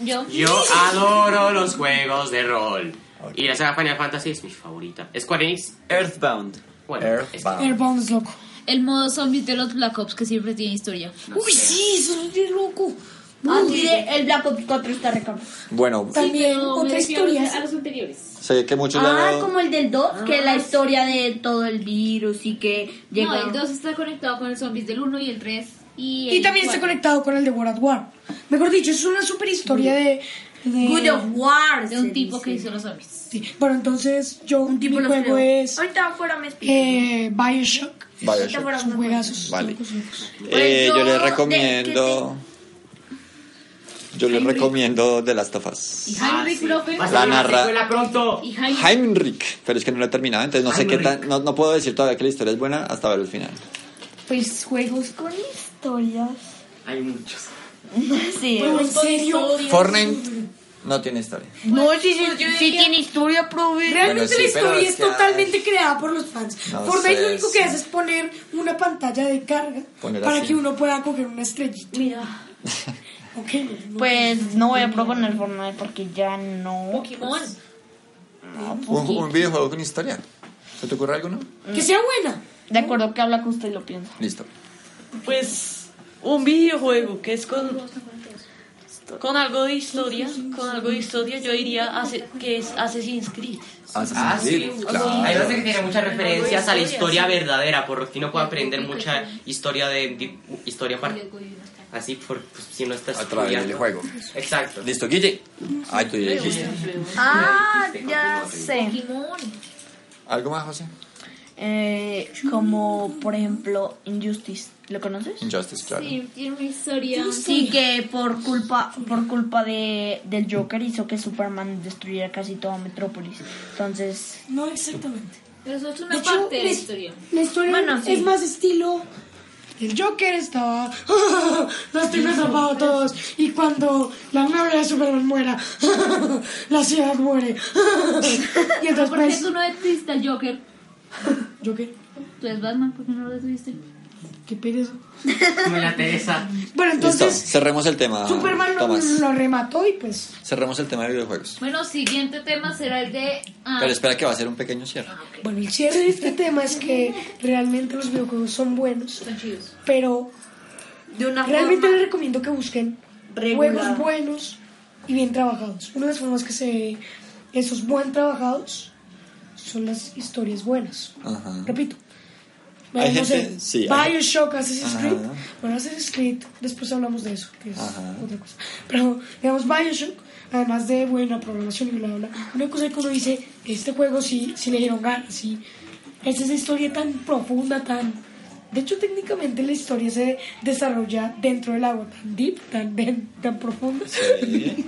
Yo. Yo adoro los juegos de rol. Y la saga Final Fantasy es mi favorita. Square Enix, Earthbound. bueno, es- Airbound es loco. El modo zombie de los Black Ops que siempre tiene historia. Uy, sí, eso es bien loco. Ah, sí, el Black Ops 4 está recamado. Bueno, También otra historia. a los anteriores. sé que muchos ya Ah, lo- como el del 2, que es la historia de todo el virus y que llega... No, el 2 está conectado con el zombies del 1 y el 3. Y, Y también está conectado con el de World at War. Mejor dicho, es una super historia de... de- Good of War. De un tipo que hizo los zombies. Sí. Bueno, entonces yo un tipo mi juego es Ahorita afuera me explico. eh, Bioshock. Bioshock. Ahorita afuera Son me cuentas. juegazos. Vale. locos, locos. Eh, Pues yo yo- les de- recomiendo. Yo les recomiendo The Last of Us. Y Ah, Heinrich López. a ser una narra- secuela pronto. Y Heinrich. Heimrich, pero es que no lo he terminado, entonces no sé qué Heimrich. tan. No, no puedo decir todavía que la historia es buena hasta ver el final. Pues juegos con historias. Hay muchos. Sí. pues, ¿En serio? Fortnite no tiene historia. No, sí, sí, sí tiene historia, prove. Realmente Bueno, sí, la pero historia es es, que hay- totalmente creada por los fans. No Fortnite sé, lo único sí. que hace es poner una pantalla de carga Poner para así. que uno pueda coger una estrellita. Mira. [laughs] Ok. Pues no voy a proponer Fortnite porque ya no. pues, Pokémon. ¿Un, un videojuego con historia? ¿Se te ocurre alguno? Que sea buena. De acuerdo que habla con usted y lo piensa. Listo. Pues un videojuego que es con con algo de historia, con algo de historia, yo diría ase- que es Assassin's Creed. Ah, Assassin's sí. Creed, Además de que claro. tiene muchas referencias a la historia verdadera, por lo que uno puede aprender mucha historia de, de- historia par- así por pues, si no estás A través del estudiando. juego. Exacto. Listo, Guille. Ay, tú ya dijiste. Ah, ya sé. Pokémon. ¿Algo más, José? Eh, como por ejemplo Injustice, ¿lo conoces? Injustice, claro. Sí, tiene una historia. Sí, que por culpa por culpa de del Joker hizo que Superman destruyera casi toda Metrópolis. Entonces, No exactamente. Pero eso es De una hecho, parte de la es- historia. La historia Bueno, sí. es más estilo. El Joker estaba. [laughs] Los tipos salvado a todos. Y cuando la novia de Superman muera, [laughs] la ciudad muere. [laughs] y entonces, ¿Por qué pues. tú no detuviste al Joker? ¿Joker? Tú eres Batman, ¿por qué no lo detuviste? ¿Qué pereza? Como la Teresa. Bueno, Listo, entonces. cerremos el tema. Superman lo, Tomás. lo remató y pues. Cerremos el tema de videojuegos. Bueno, siguiente tema será el de. Ah, Pero espera que va a ser un pequeño cierre. Bueno, el cierre de este [laughs] tema es que realmente los videojuegos son buenos. son chidos. Pero de una realmente les recomiendo que busquen Regular. juegos buenos y bien trabajados. Una de las formas que se esos buen trabajados son las historias buenas. Ajá. Repito. Hay no gente- sé, sí, hay- Bioshock, Assassin's Ajá. Creed. Bueno, Assassin's Creed, después hablamos de eso, que es Ajá. otra cosa. Pero, digamos, Bioshock, además de buena programación y bla, bla, bla, una cosa que uno dice, este juego sí, sí le dieron ganas, sí. Es esa historia tan profunda, tan... De hecho, técnicamente la historia se desarrolla dentro del agua, tan deep, tan, den- tan profunda. Sí.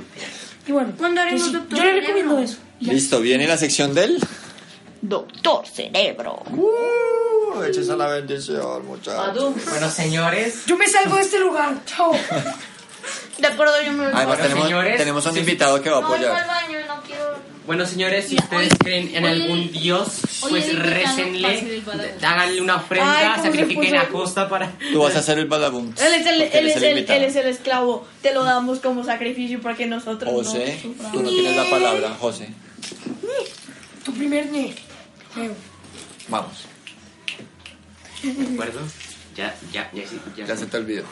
Y bueno, ¿Cuándo haremos entonces, Doctor yo le Cerebro? recomiendo eso. Ya. [laughs] Listo, viene la sección del. Doctor Cerebro. Uh, eches a la bendición, muchachos. Bueno, señores. Yo me salgo de este lugar, chao. De acuerdo, yo me Ah, voy. Además, Bueno, tenemos, señores, tenemos a un sí. invitado que va a No, voy al apoyar. baño, no quiero. Bueno, señores, si Mira, ustedes hoy- creen en hoy algún el- dios, hoy pues el invitado pase récenle, del Badajoz. háganle una ofrenda, Ay, ¿cómo le sacrifiquen puso? a costa para. Tú vas a hacer el balabum. Él es el, porque él es el, invitado. él es el esclavo. Te lo damos como sacrificio para que nosotros José, no tú no tienes la palabra, José. Tu primer ne. Leo. Vamos, [laughs] ¿De acuerdo? Ya, ya, ya, sí, ya. ya se te olvidó.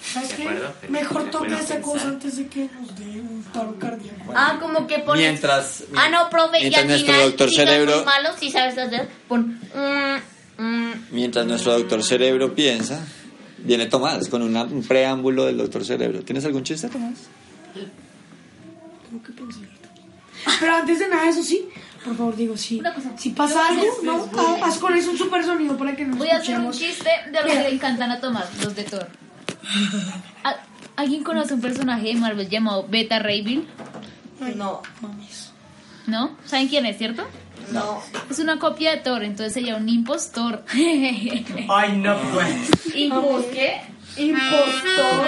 ¿Sabes De qué? acuerdo, pero Mejor me toca puedo esa cosa pensar. antes de que nos dé un paro cardíaco. Ah, como que pones. Mientras. Ah, no, profe, y Mientras al nuestro final, doctor si sos cerebro. muy malo, si sabes hacer, pon... mm, mm. Mientras nuestro doctor cerebro piensa, viene Tomás con una- un preámbulo del doctor cerebro. ¿Tienes algún chiste, Tomás? Tengo que pensar. Pero antes de nada, eso sí, por favor, digo, sí. Una cosa. Si pasa algo, no, ah, haz con eso un super sonido para que nos Voy a hacer un escuchemos. chiste de los que le encantan a Tomás, los [laughs] de Thor. ¿Al- ¿Alguien conoce un personaje de Marvel llamado Beta Rayville? No. ¿No? ¿Saben quién es, cierto? No. Es una copia de Thor, entonces sería un impostor. [laughs] Ay, no pues. ¿Impos qué? [laughs] Impostor.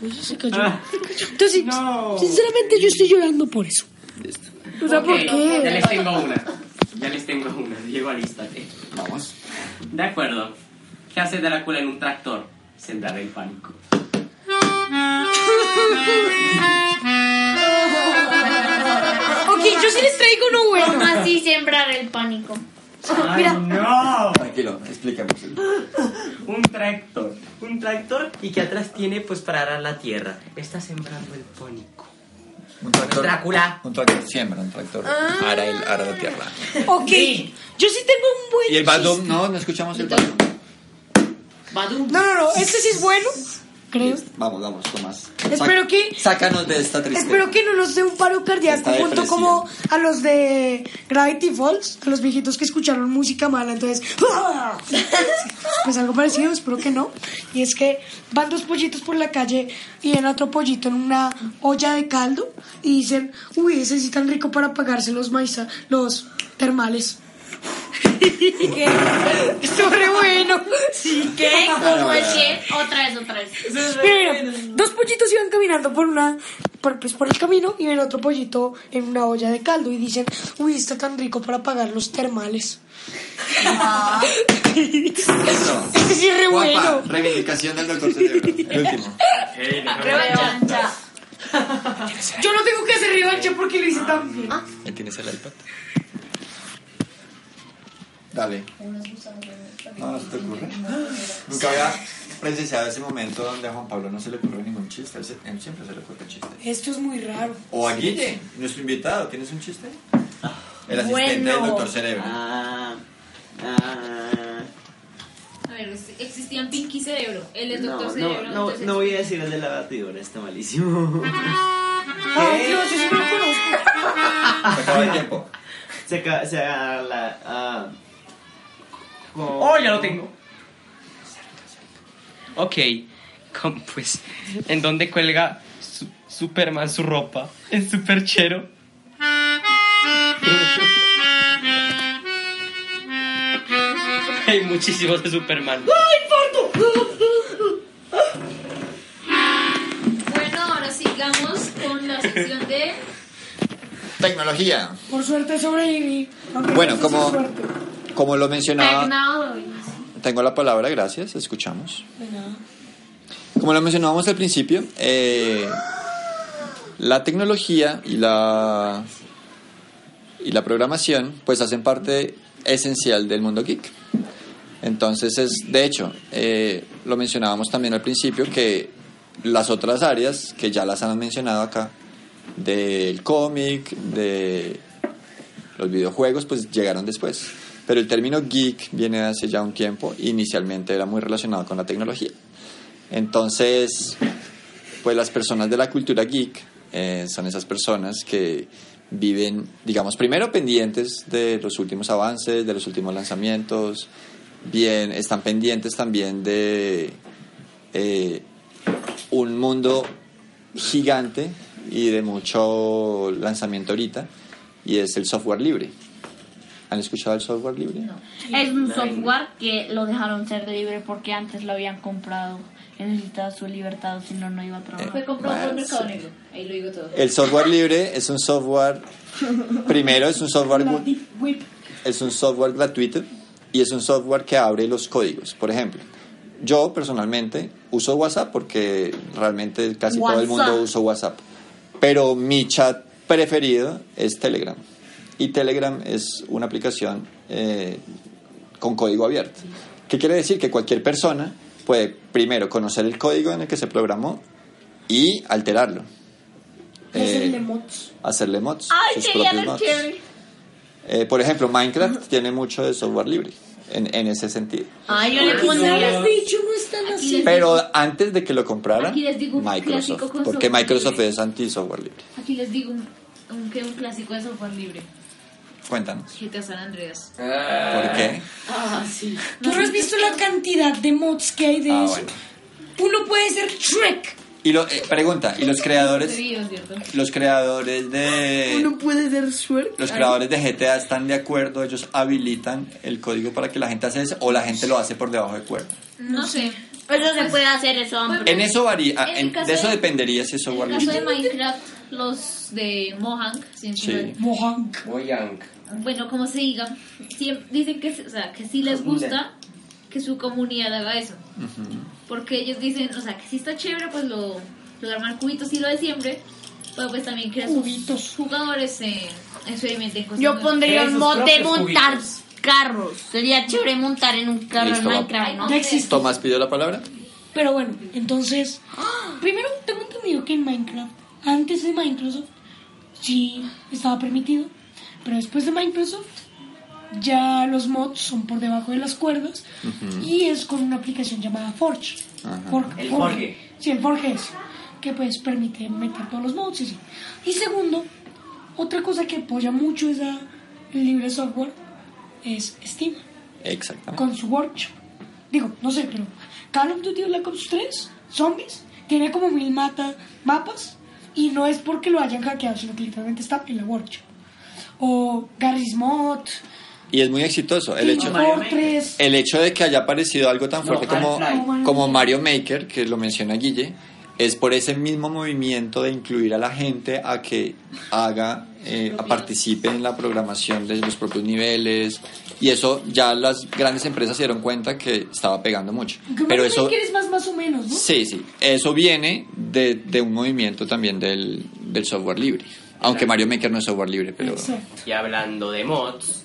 Pues Se cayó. Ah. Entonces, sinceramente yo estoy llorando por eso. O sea, ¿por Ok, qué? Ya les tengo una. Ya les tengo una. Diego, alístate. Vamos. De acuerdo. ¿Qué hace Drácula en un tractor? Sembrar el pánico. Ok, yo sí les traigo uno ¿Cómo bueno. así sembrar el pánico? Ah, ¡Ay, no! Tranquilo, explícame. Un tractor. Un tractor y que atrás tiene pues para arar la tierra. Está sembrando el pánico. Un tractor. Drácula. Un tractor siembra, un tractor. Ah. Ara, el, ara la tierra. Ok, yo sí tengo un buen. Y el Badum, chiste. no, no escuchamos el Badum. No, no, no, este sí es bueno. Creo. Vamos, vamos, Tomás. Espero que- Sácanos de esta tristeza. Espero que no nos dé un paro cardíaco Está junto depresivo. como a los de Gravity Falls, a los viejitos que escucharon música mala, entonces [laughs] pues algo parecido, espero que no. Y es que van dos pollitos por la calle y ven a otro pollito en una olla de caldo y dicen, uy, ese sí tan rico para pagarse los maiza, los termales. [laughs] ¿Qué? Estuvo re bueno. Sí, [laughs] ¿Qué? ¿Cómo es que? Otra vez, otra vez. [laughs] Mira, mira, dos pollitos iban caminando por una por, pues, por el camino y ven otro pollito en una olla de caldo y dicen, uy, está tan rico para pagar los termales. [laughs] [laughs] Este sí es re Guapa, bueno. reivindicación del doctor [laughs] Cerebro. El último. Revancha. Yo no tengo que hacer revancha porque lo hice tan bien. ¿Me tienes el iPad? Dale. No, no se te ocurre. Nunca había presenciado ese momento donde a Juan Pablo no se le ocurre ningún chiste. Él se- él siempre se le ocurre chiste. Esto es muy raro. O a Guille, nuestro invitado. ¿Tienes un chiste? El asistente del doctor Cerebro. Ah, ah, A ver, existían Pinky Cerebro, él es no, Doctor no, Cerebro. no, entonces- no voy a decir el de la batidora, está malísimo. Ah, Ay, Dios, yo sí me lo conozco. Se acaba el tiempo. Se acaba, se acaba la... ah, con- ¡Oh, ya lo tengo! Ok. [laughs] com- Pues, ¿en dónde cuelga su- Superman su ropa? En su perchero. [laughs] Hay muchísimos de Superman. Bueno, ahora sigamos con la sección [laughs] de. Tecnología. Por suerte sobreviví. aunque Bueno, no sé si como- suerte. Como lo mencionaba, Technology. tengo la palabra, gracias, escuchamos. Como lo mencionábamos al principio, eh, la tecnología y la, y la programación pues hacen parte esencial del mundo geek. Entonces es, de hecho, eh, lo mencionábamos también al principio que las otras áreas que ya las han mencionado acá, del cómic, de los videojuegos pues llegaron después. Pero el término geek viene de hace ya un tiempo, inicialmente era muy relacionado con la tecnología. Entonces, pues las personas de la cultura geek eh, son esas personas que viven, digamos, primero pendientes de los últimos avances, de los últimos lanzamientos, bien, están pendientes también de eh, un mundo gigante y de mucho lanzamiento ahorita, y es el software libre. ¿Han escuchado el software libre? Es un software que lo dejaron ser libre porque antes lo habían comprado. Él necesitaba su libertad, si no, no iba a Fue trabajar. comprado por Bueno, Mercado sí. Negro, ahí lo digo todo. El software libre es un software, primero es un software, gu- es un software gratuito y es un software que abre los códigos. Por ejemplo, yo personalmente uso WhatsApp porque realmente casi todo el mundo WhatsApp. uso WhatsApp, pero mi chat preferido es Telegram y Telegram es una aplicación eh, con código abierto. ¿Qué quiere decir? Que cualquier persona puede primero conocer el código en el que se programó y alterarlo Hacerle eh, mods. hacerle mods. ¡Ay, sus che, ya propios lo mods. quiere! Eh, por ejemplo, Minecraft tiene mucho de software libre en, en ese sentido. ¡Ay, yo le Las pondría! bicho no están Aquí así. les- Pero antes de que lo comprara, Aquí les digo un clásico Microsoft. con Porque software Microsoft libre. es anti-software libre. Aquí les digo un, un, que un clásico de software libre: Cuéntanos. GTA San Andreas. ¿Por qué? ¿Tú no has visto la cantidad de mods que hay de Ah, eso? bueno. Uno puede ser Shrek Y lo, eh, pregunta, ¿y los creadores? Debido, ¿cierto? Los creadores de. Uno puede ser suerte. Los creadores de GTA están de acuerdo, ellos habilitan el código para que la gente hace eso o la gente lo hace por debajo de cuerda. No sé. Eso se puede hacer, eso, hombre. En eso varía, ah, En el en- caso de eso de- dependería si eso En el varía. caso de Minecraft, los de Mohang, sin Sí. Mohan. Boyank. bueno, como se diga, siem- dicen que, se- o sea, que sí les gusta que su comunidad haga eso. Porque ellos dicen, o sea, que sí está chévere, pues lo, lo de armar cubitos y lo de siempre, pero pues también que sus jugadores eh, experimenten cosas Yo nuevas. pondría Creen sus un mod de propios montar cubitos. carros. Sería chévere montar en un carro en Listo, va. Minecraft, ¿no? No existe. Tomás pidió la palabra. Pero bueno, entonces, primero tengo entendido que en Minecraft, antes de Microsoft, sí estaba permitido, pero después de Microsoft, ya los mods son por debajo de las cuerdas y es con una aplicación llamada Forge. Forge- El Forge. Sí, el Forge es, que pues permite meter todos los mods y sí. Y segundo, otra cosa que apoya mucho esa libre software es Steam Exactamente. con su workshop. Digo, no sé, pero Call of Duty Black Ops 3, zombies, tiene como mil mata, mapas y no es porque lo hayan hackeado, sino que literalmente está en la workshop. O Garry's Mod, Y es muy exitoso el hecho. Team Fortress, El hecho de que haya aparecido algo tan fuerte como, Half-Life. como Mario Maker, que lo menciona Guille, es por ese mismo movimiento de incluir a la gente a que haga, eh, a participe en la programación de los propios niveles. Y eso ya las grandes empresas se dieron cuenta que estaba pegando mucho. que Pero Mario eso, Maker es más, más o menos, ¿no? sí, sí, eso viene de, de un movimiento también del, del software libre. Aunque Mario Maker no es software libre, pero... Exacto. Y hablando de mods,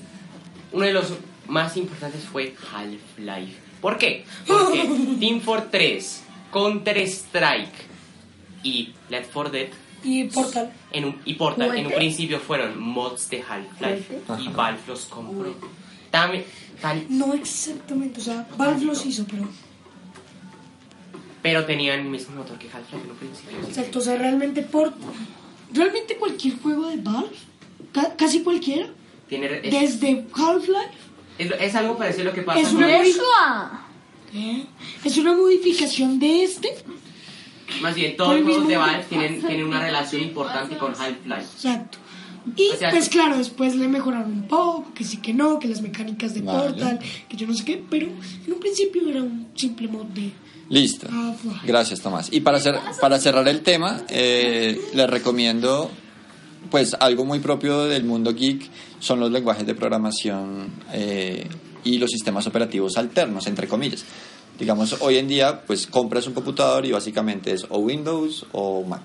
Uno de los más importantes fue Half-Life. ¿Por qué? [laughs] Porque Team Fortress, Counter-Strike y Left 4 Dead Y Portal. en un, y Portal en un principio fueron mods de Half-Life y Valve los compró. También, tan- No exactamente, o sea, Valve los hizo, pero... pero tenían el mismo motor que Half-Life en un principio. así que- Exacto, o sea, realmente por... Realmente cualquier juego de Valve, ca- casi cualquiera, Tiene, es, desde Half-Life es- es algo parecido a lo que pasa Es con- una, modifi- ¿Eh? es una modificación de este. Más bien, todos Por el los juegos mismo de motor. Valve tienen, tienen una relación importante con Half-Life. Exacto. Y O sea, pues claro, después le mejoraron un poco, que sí que no, que las mecánicas de Vale. Portal, que yo no sé qué, pero en un principio era un simple mod de... Listo. Half-Life. Gracias, Tomás. Y para, cer- para cerrar el tema, eh, les recomiendo pues algo muy propio del mundo geek son los lenguajes de programación eh, y los sistemas operativos alternos, entre comillas. Digamos, hoy en día, pues compras un computador y básicamente es o Windows o Mac.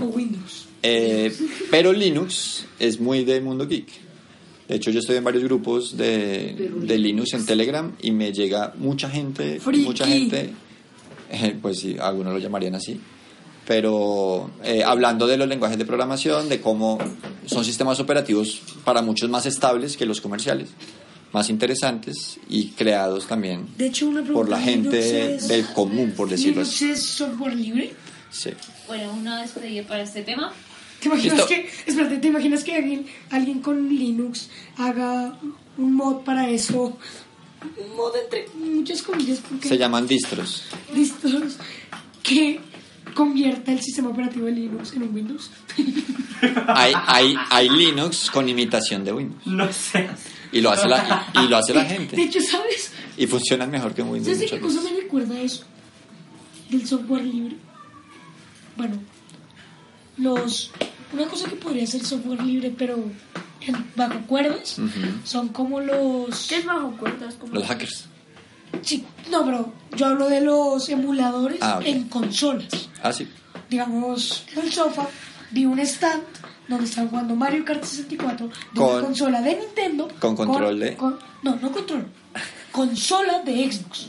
o Windows. Eh, pero Linux es muy de mundo geek. De hecho, yo estoy en varios grupos de, de Linux en Telegram y me llega mucha gente, Friki. mucha gente, eh, pues sí, algunos lo llamarían así, pero eh, hablando de los lenguajes de programación, de cómo son sistemas operativos para muchos más estables que los comerciales, más interesantes y creados también De hecho, una pregunta. por la gente ¿Linux es- del común, por decirlo ¿Linux así. es software libre? Sí. Bueno, una despedida para este tema. ¿Te imaginas Listo. que, espérate, ¿te imaginas que alguien, alguien con Linux haga un mod para eso? Un mod entre muchas comillas porque... Se llaman distros. listos que convierta el sistema operativo de Linux en un Windows. hay, hay, hay Linux con imitación de Windows. No sé. Y lo hace la, y, y lo [laughs] hace la De gente. hecho, ¿sabes? Y funciona mejor que Windows. ¿Sabes de qué muchas cosa veces. me recuerda eso? Del software libre. Bueno, los una cosa que podría ser software libre, pero en- bajo cuerdas, son como los... ¿Qué es bajo cuerdas? Como Los hackers. Sí, no, pero yo hablo de los emuladores Ah, ok. en consolas. Ah, sí. digamos, en el sofá, vi un stand donde están jugando Mario Kart 64 de Con- una consola de Nintendo. con control de- con- no, no control. Consola de Xbox.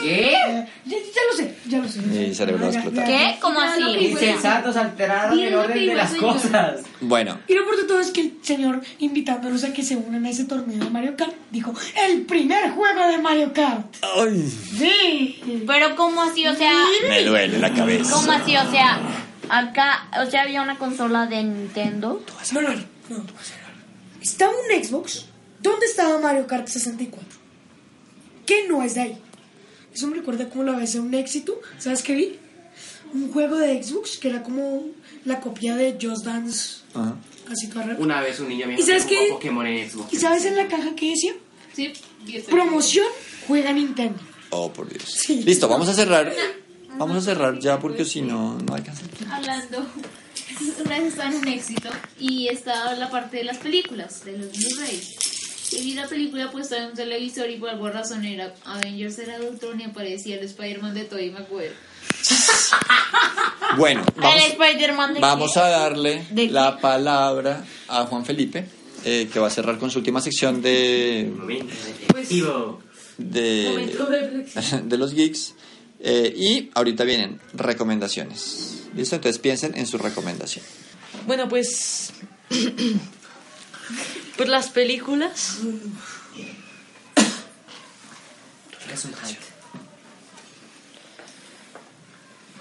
¿Qué? Eh, ya, ya lo sé, ya lo sé. Mi Mi cerebro va a explotar. ¿Qué? ¿Cómo así? Pues Insensatos alteraron el orden de las cosas. Bueno, Y lo peor de todo es que el señor invitándolos a que se unan a ese torneo de Mario Kart dijo, el primer juego de Mario Kart. Sí, pero ¿cómo así? O sea, me duele la ¿cómo cabeza. así? O sea, acá, o sea, había una consola de Nintendo. No, no, no, no. Estaba un Xbox. ¿Dónde estaba Mario Kart 64? Que no es de ahí. Eso me recuerda como la vez en un éxito. ¿Sabes qué vi? un juego de Xbox que era como la copia de Just Dance. Ajá. Así toda rara. Una vez un niño me ¿Y sabes qué? Pokémon en Xbox. ¿Y sabes en la caja que decía? Sí, diez segundos. Promoción, juega Nintendo. Oh, por Dios. Sí. Listo, vamos a cerrar. Vamos a cerrar ya porque si no, no alcanza. Hablando, una vez estaba en un éxito y estaba la parte de las películas, de los Blu-rays. Y vi la película puesta en un televisor y por alguna razón era Avengers era Ultron y aparecía el Spider-Man de Tobey Maguire. Bueno, El vamos, Spider-Man de vamos a darle ¿De qué? la palabra a Juan Felipe, eh, que va a cerrar con su última sección de, Momento Pues de, de [laughs] reflexión. de los geeks. eh, y ahorita vienen recomendaciones. ¿Listo? Entonces piensen en su recomendación. Bueno, pues. pues las películas.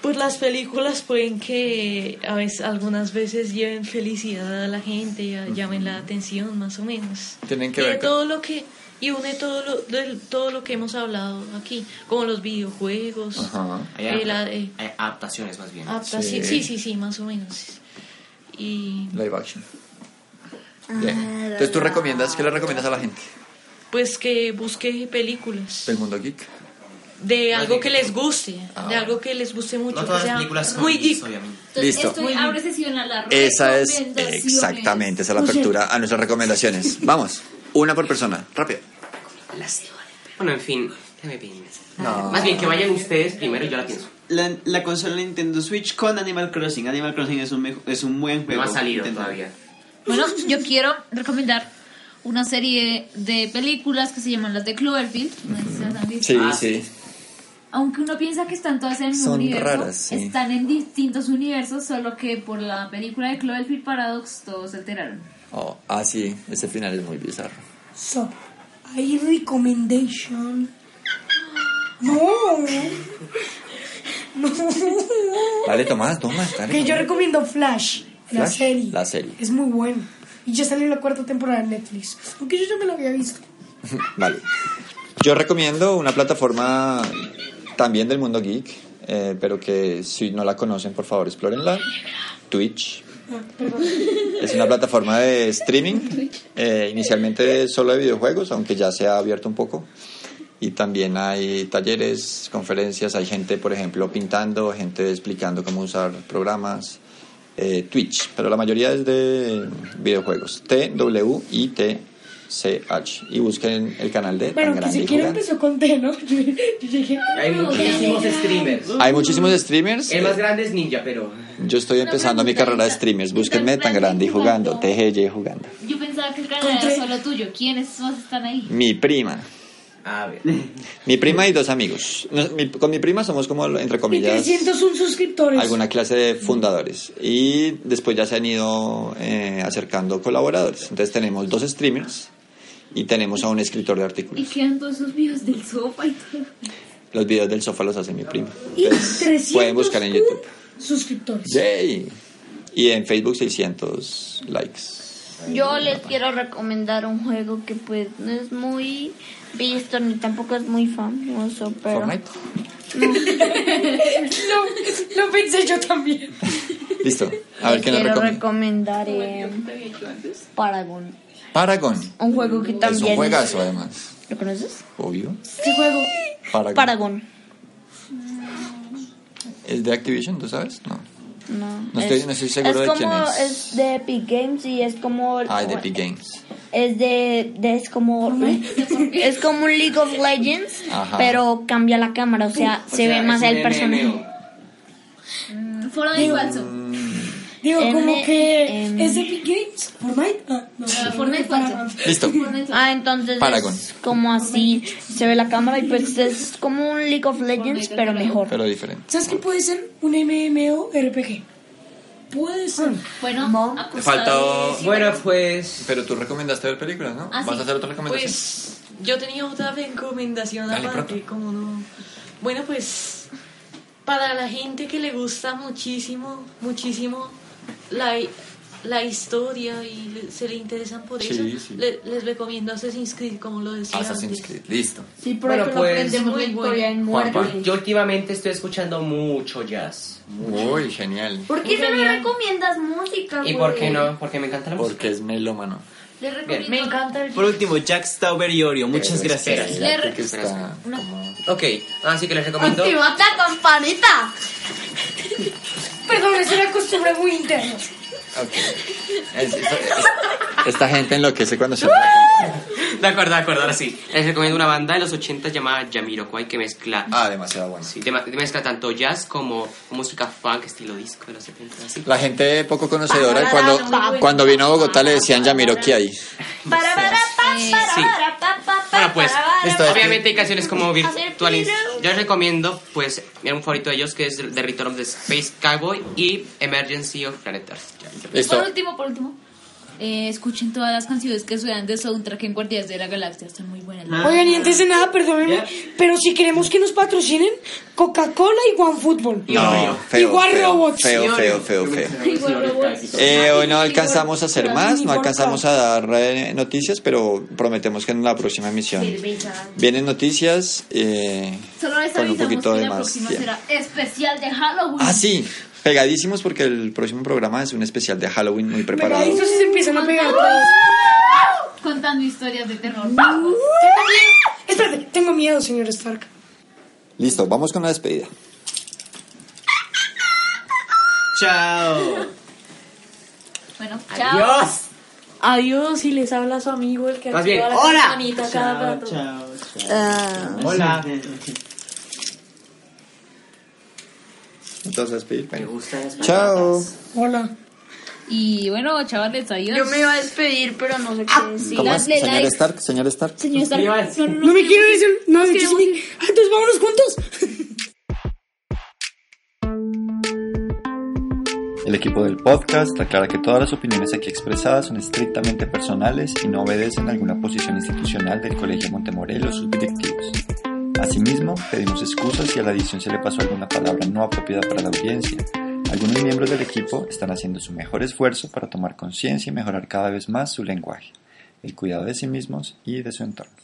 Pues las películas pueden que a veces, Pues algunas veces lleven felicidad a la gente, a- llamen la atención más o menos. Tienen que y de ver con- todo lo que y une todo lo del- todo lo que hemos hablado aquí, como los videojuegos, Ajá. Hay eh, la- eh, hay adaptaciones más Ah, bien. adaptación- sí. sí, sí, más o menos. Y Live action. Bien. Entonces tú recomiendas, ¿qué le recomiendas a la gente pues que busque películas del mundo geek? de algo que les guste, de Ah. algo que les guste mucho, No que todas las sea películas son muy geeks, geek. obviamente. Entonces, Listo. Estoy, abre sesión a la Esa es recomendaciones. exactamente, esa es la apertura a nuestras recomendaciones. Vamos, una por persona, rápido. Bueno, en fin, déjame pensar. No. Más bien que vayan ustedes primero y yo la pienso. La, la consola Nintendo Switch con Animal Crossing. Animal Crossing es un, mejo- es un buen juego. No ha salido Nintendo. todavía. Bueno, yo quiero recomendar una serie de películas que se llaman las de Cloverfield. No sé si las han visto. Sí, Ah, sí. Aunque uno piensa que están todas en un Son universo, raras, sí. están en distintos universos, solo que por la película de Cloverfield Paradox todos se alteraron. Oh, ah, sí, ese final es muy bizarro. So, hay recommendation. No. [laughs] No. Dale, Tomás, Tomás, dale. Que yo Tomás. recomiendo Flash, la Flash, serie. la serie. Es muy bueno. Y ya salió la cuarta temporada en Netflix. Aunque yo ya me la había visto. [laughs] Vale. Yo recomiendo una plataforma también del mundo geek, eh, pero que si no la conocen, por favor, explórenla. Twitch. Es una plataforma de streaming, eh, inicialmente solo de videojuegos, aunque ya se ha abierto un poco. Y también hay talleres, conferencias, hay gente, por ejemplo, pintando, gente explicando cómo usar programas. eh, Twitch, pero la mayoría es de videojuegos. T-W-I-T-C-H. Y busquen el canal de Bueno, Tan Grande que y si quieren Gigante. empezó con T, ¿no? [laughs] Yo, yo llegué. Hay muchísimos streamers. Hay muchísimos streamers. El más grande es Ninja, pero. Yo estoy empezando mi carrera de streamers. Búsquenme Tan Grande y Jugando. TGY Jugando. Yo pensaba que el canal era solo tuyo. ¿Quiénes más están ahí? Mi prima. A ver. Mi prima y dos amigos. No, mi- con mi prima somos como, entre Y comillas, 301 suscriptores. alguna clase de fundadores. Y después ya se han ido eh, acercando colaboradores. Entonces tenemos dos streamers y tenemos a un escritor de Y artículos. quedan todos esos videos del sofá y todo. Los videos del sofá los hace mi prima. Y Entonces, 301 pueden buscar en YouTube. suscriptores. Yay. Y en Facebook 600 likes. Yo les quiero recomendar un juego que pues no es muy visto ni tampoco es muy famoso, pero Fortnite. Lo, lo pensé yo también. Listo. [laughs] A ver les qué nos quiero recomienda. recomendar eh, Paragon. Paragon. Un juego que Es un también... juegazo, además. ¿Lo conoces? Obvio. ¿Qué juego? Paragon. Paragon. ¿Es de Activision, tú sabes? No. No, No estoy- no estoy seguro de como, quién es. de Epic Games y es como... Ah, es de Epic Games. Es de, de- es como [laughs] es como un League of Legends, Ajá. pero cambia la cámara, o sea, se ve más el personaje. Mm, Foro de falso. Digo, M- como que M- es Epic Games, Fortnite. Ah, no. Ah, Fortnite falso. [laughs] Listo. Fortnite falso. Ah, entonces Paragon. es como así, se ve la cámara y pues es como un League of Legends, pero mejor. Pero diferente. ¿Sabes qué puede ser? Un MMORPG. Puede ser. Bueno, Mom. acusado Faltó. de- Bueno, pues. Pero tú recomendaste ver películas, ¿no? Ah, sí. ¿Vas a hacer otra recomendación? Pues yo tenía otra recomendación Dale, aparte, como no. Bueno, pues para la gente que le gusta muchísimo, muchísimo la, la historia y le- se le interesan por Sí, eso, sí. le- les recomiendo Assassin's Creed, como lo decía Assassin's antes. Creed, listo. Sí, por Bueno, eso pues, aprendemos la muy historia en Juanpa. muerte. Yo últimamente estoy escuchando mucho jazz. Muy genial. ¿Por qué solo recomiendas música, ¿Y güey? por qué no? Porque me encanta la música. Porque es melómano. Les recomiendo Me encanta el Por último, Jack Stauber y Oreo. Muchas Pero gracias. espérate, Le- que está Una- como- Ok, así que les recomiendo. ¡Activa la campanita! Perdón, es una costumbre muy interna. [laughs] Ok. Es- es- es- esta gente enloquece cuando se Ah, De acuerdo, de acuerdo, ahora sí. Les recomiendo una banda de los 80 llamada Jamiroquai que mezcla ah, Ah, demasiado bueno. Sí, tema- mezcla tanto jazz como música funk, estilo disco de los 70 así. La gente poco Ah, conocedora, cuando, cuando vino a Bogotá le decían Yamiroquai. Para, para, pa, Sí. para, Sí. para, pa, pa, pa, Bueno, pues, para, para, esto es- obviamente hay canciones como virtuales. Hacer Yo les recomiendo, pues, mira, un favorito de ellos que es The Return of the Space Cowboy y Emergency of Planet Earth. Listo. Por último, por último. eh, escuchen todas las canciones que suenan de soundtrack en Guardias de la Galaxia, están muy buenas. Ah. Oigan, y antes de nada, perdónenme, pero si queremos que nos patrocinen, Coca-Cola y OneFootball. No, Igual robots. feo, feo, feo, feo. Eh, hoy no alcanzamos a hacer más, no alcanzamos a dar eh, noticias, pero prometemos que en la próxima emisión vienen noticias. Eh, Solo les Con un avisamos poquito que de la más próxima tiempo. será especial de Halloween. ah, sí, pegadísimos porque el próximo programa es un especial de Halloween muy Venga, preparado. ahí sí se empiezan a pegar todos. Uh. pues. Contando historias de terror. Espérate, tengo miedo, señor Stark. Listo, vamos con la despedida. Chao. Bueno, ¡Adiós! Adiós y les habla su amigo el que Más bien, activa la hola. campanita cada rato. Chao, chao. Hola. Entonces, despedir. Me bueno. gustan las Chao. patatas. Hola. y bueno, chavales, adiós. Yo me iba a despedir, pero no sé Ah, qué decir. ¿Cómo es? Dadle Señor like. Stark, señor Stark. Señor Stark, Suscríbanse. no, no, no. No me quiero ir. No, yo sí me- Ah, Entonces vámonos juntos. El equipo del podcast aclara que todas las opiniones aquí expresadas son estrictamente personales y no obedecen a alguna posición institucional del Colegio Montemorelos o sus directivos. Asimismo, pedimos excusas si a la edición se le pasó alguna palabra no apropiada para la audiencia. Algunos miembros del equipo están haciendo su mejor esfuerzo para tomar conciencia y mejorar cada vez más su lenguaje, el cuidado de sí mismos y de su entorno.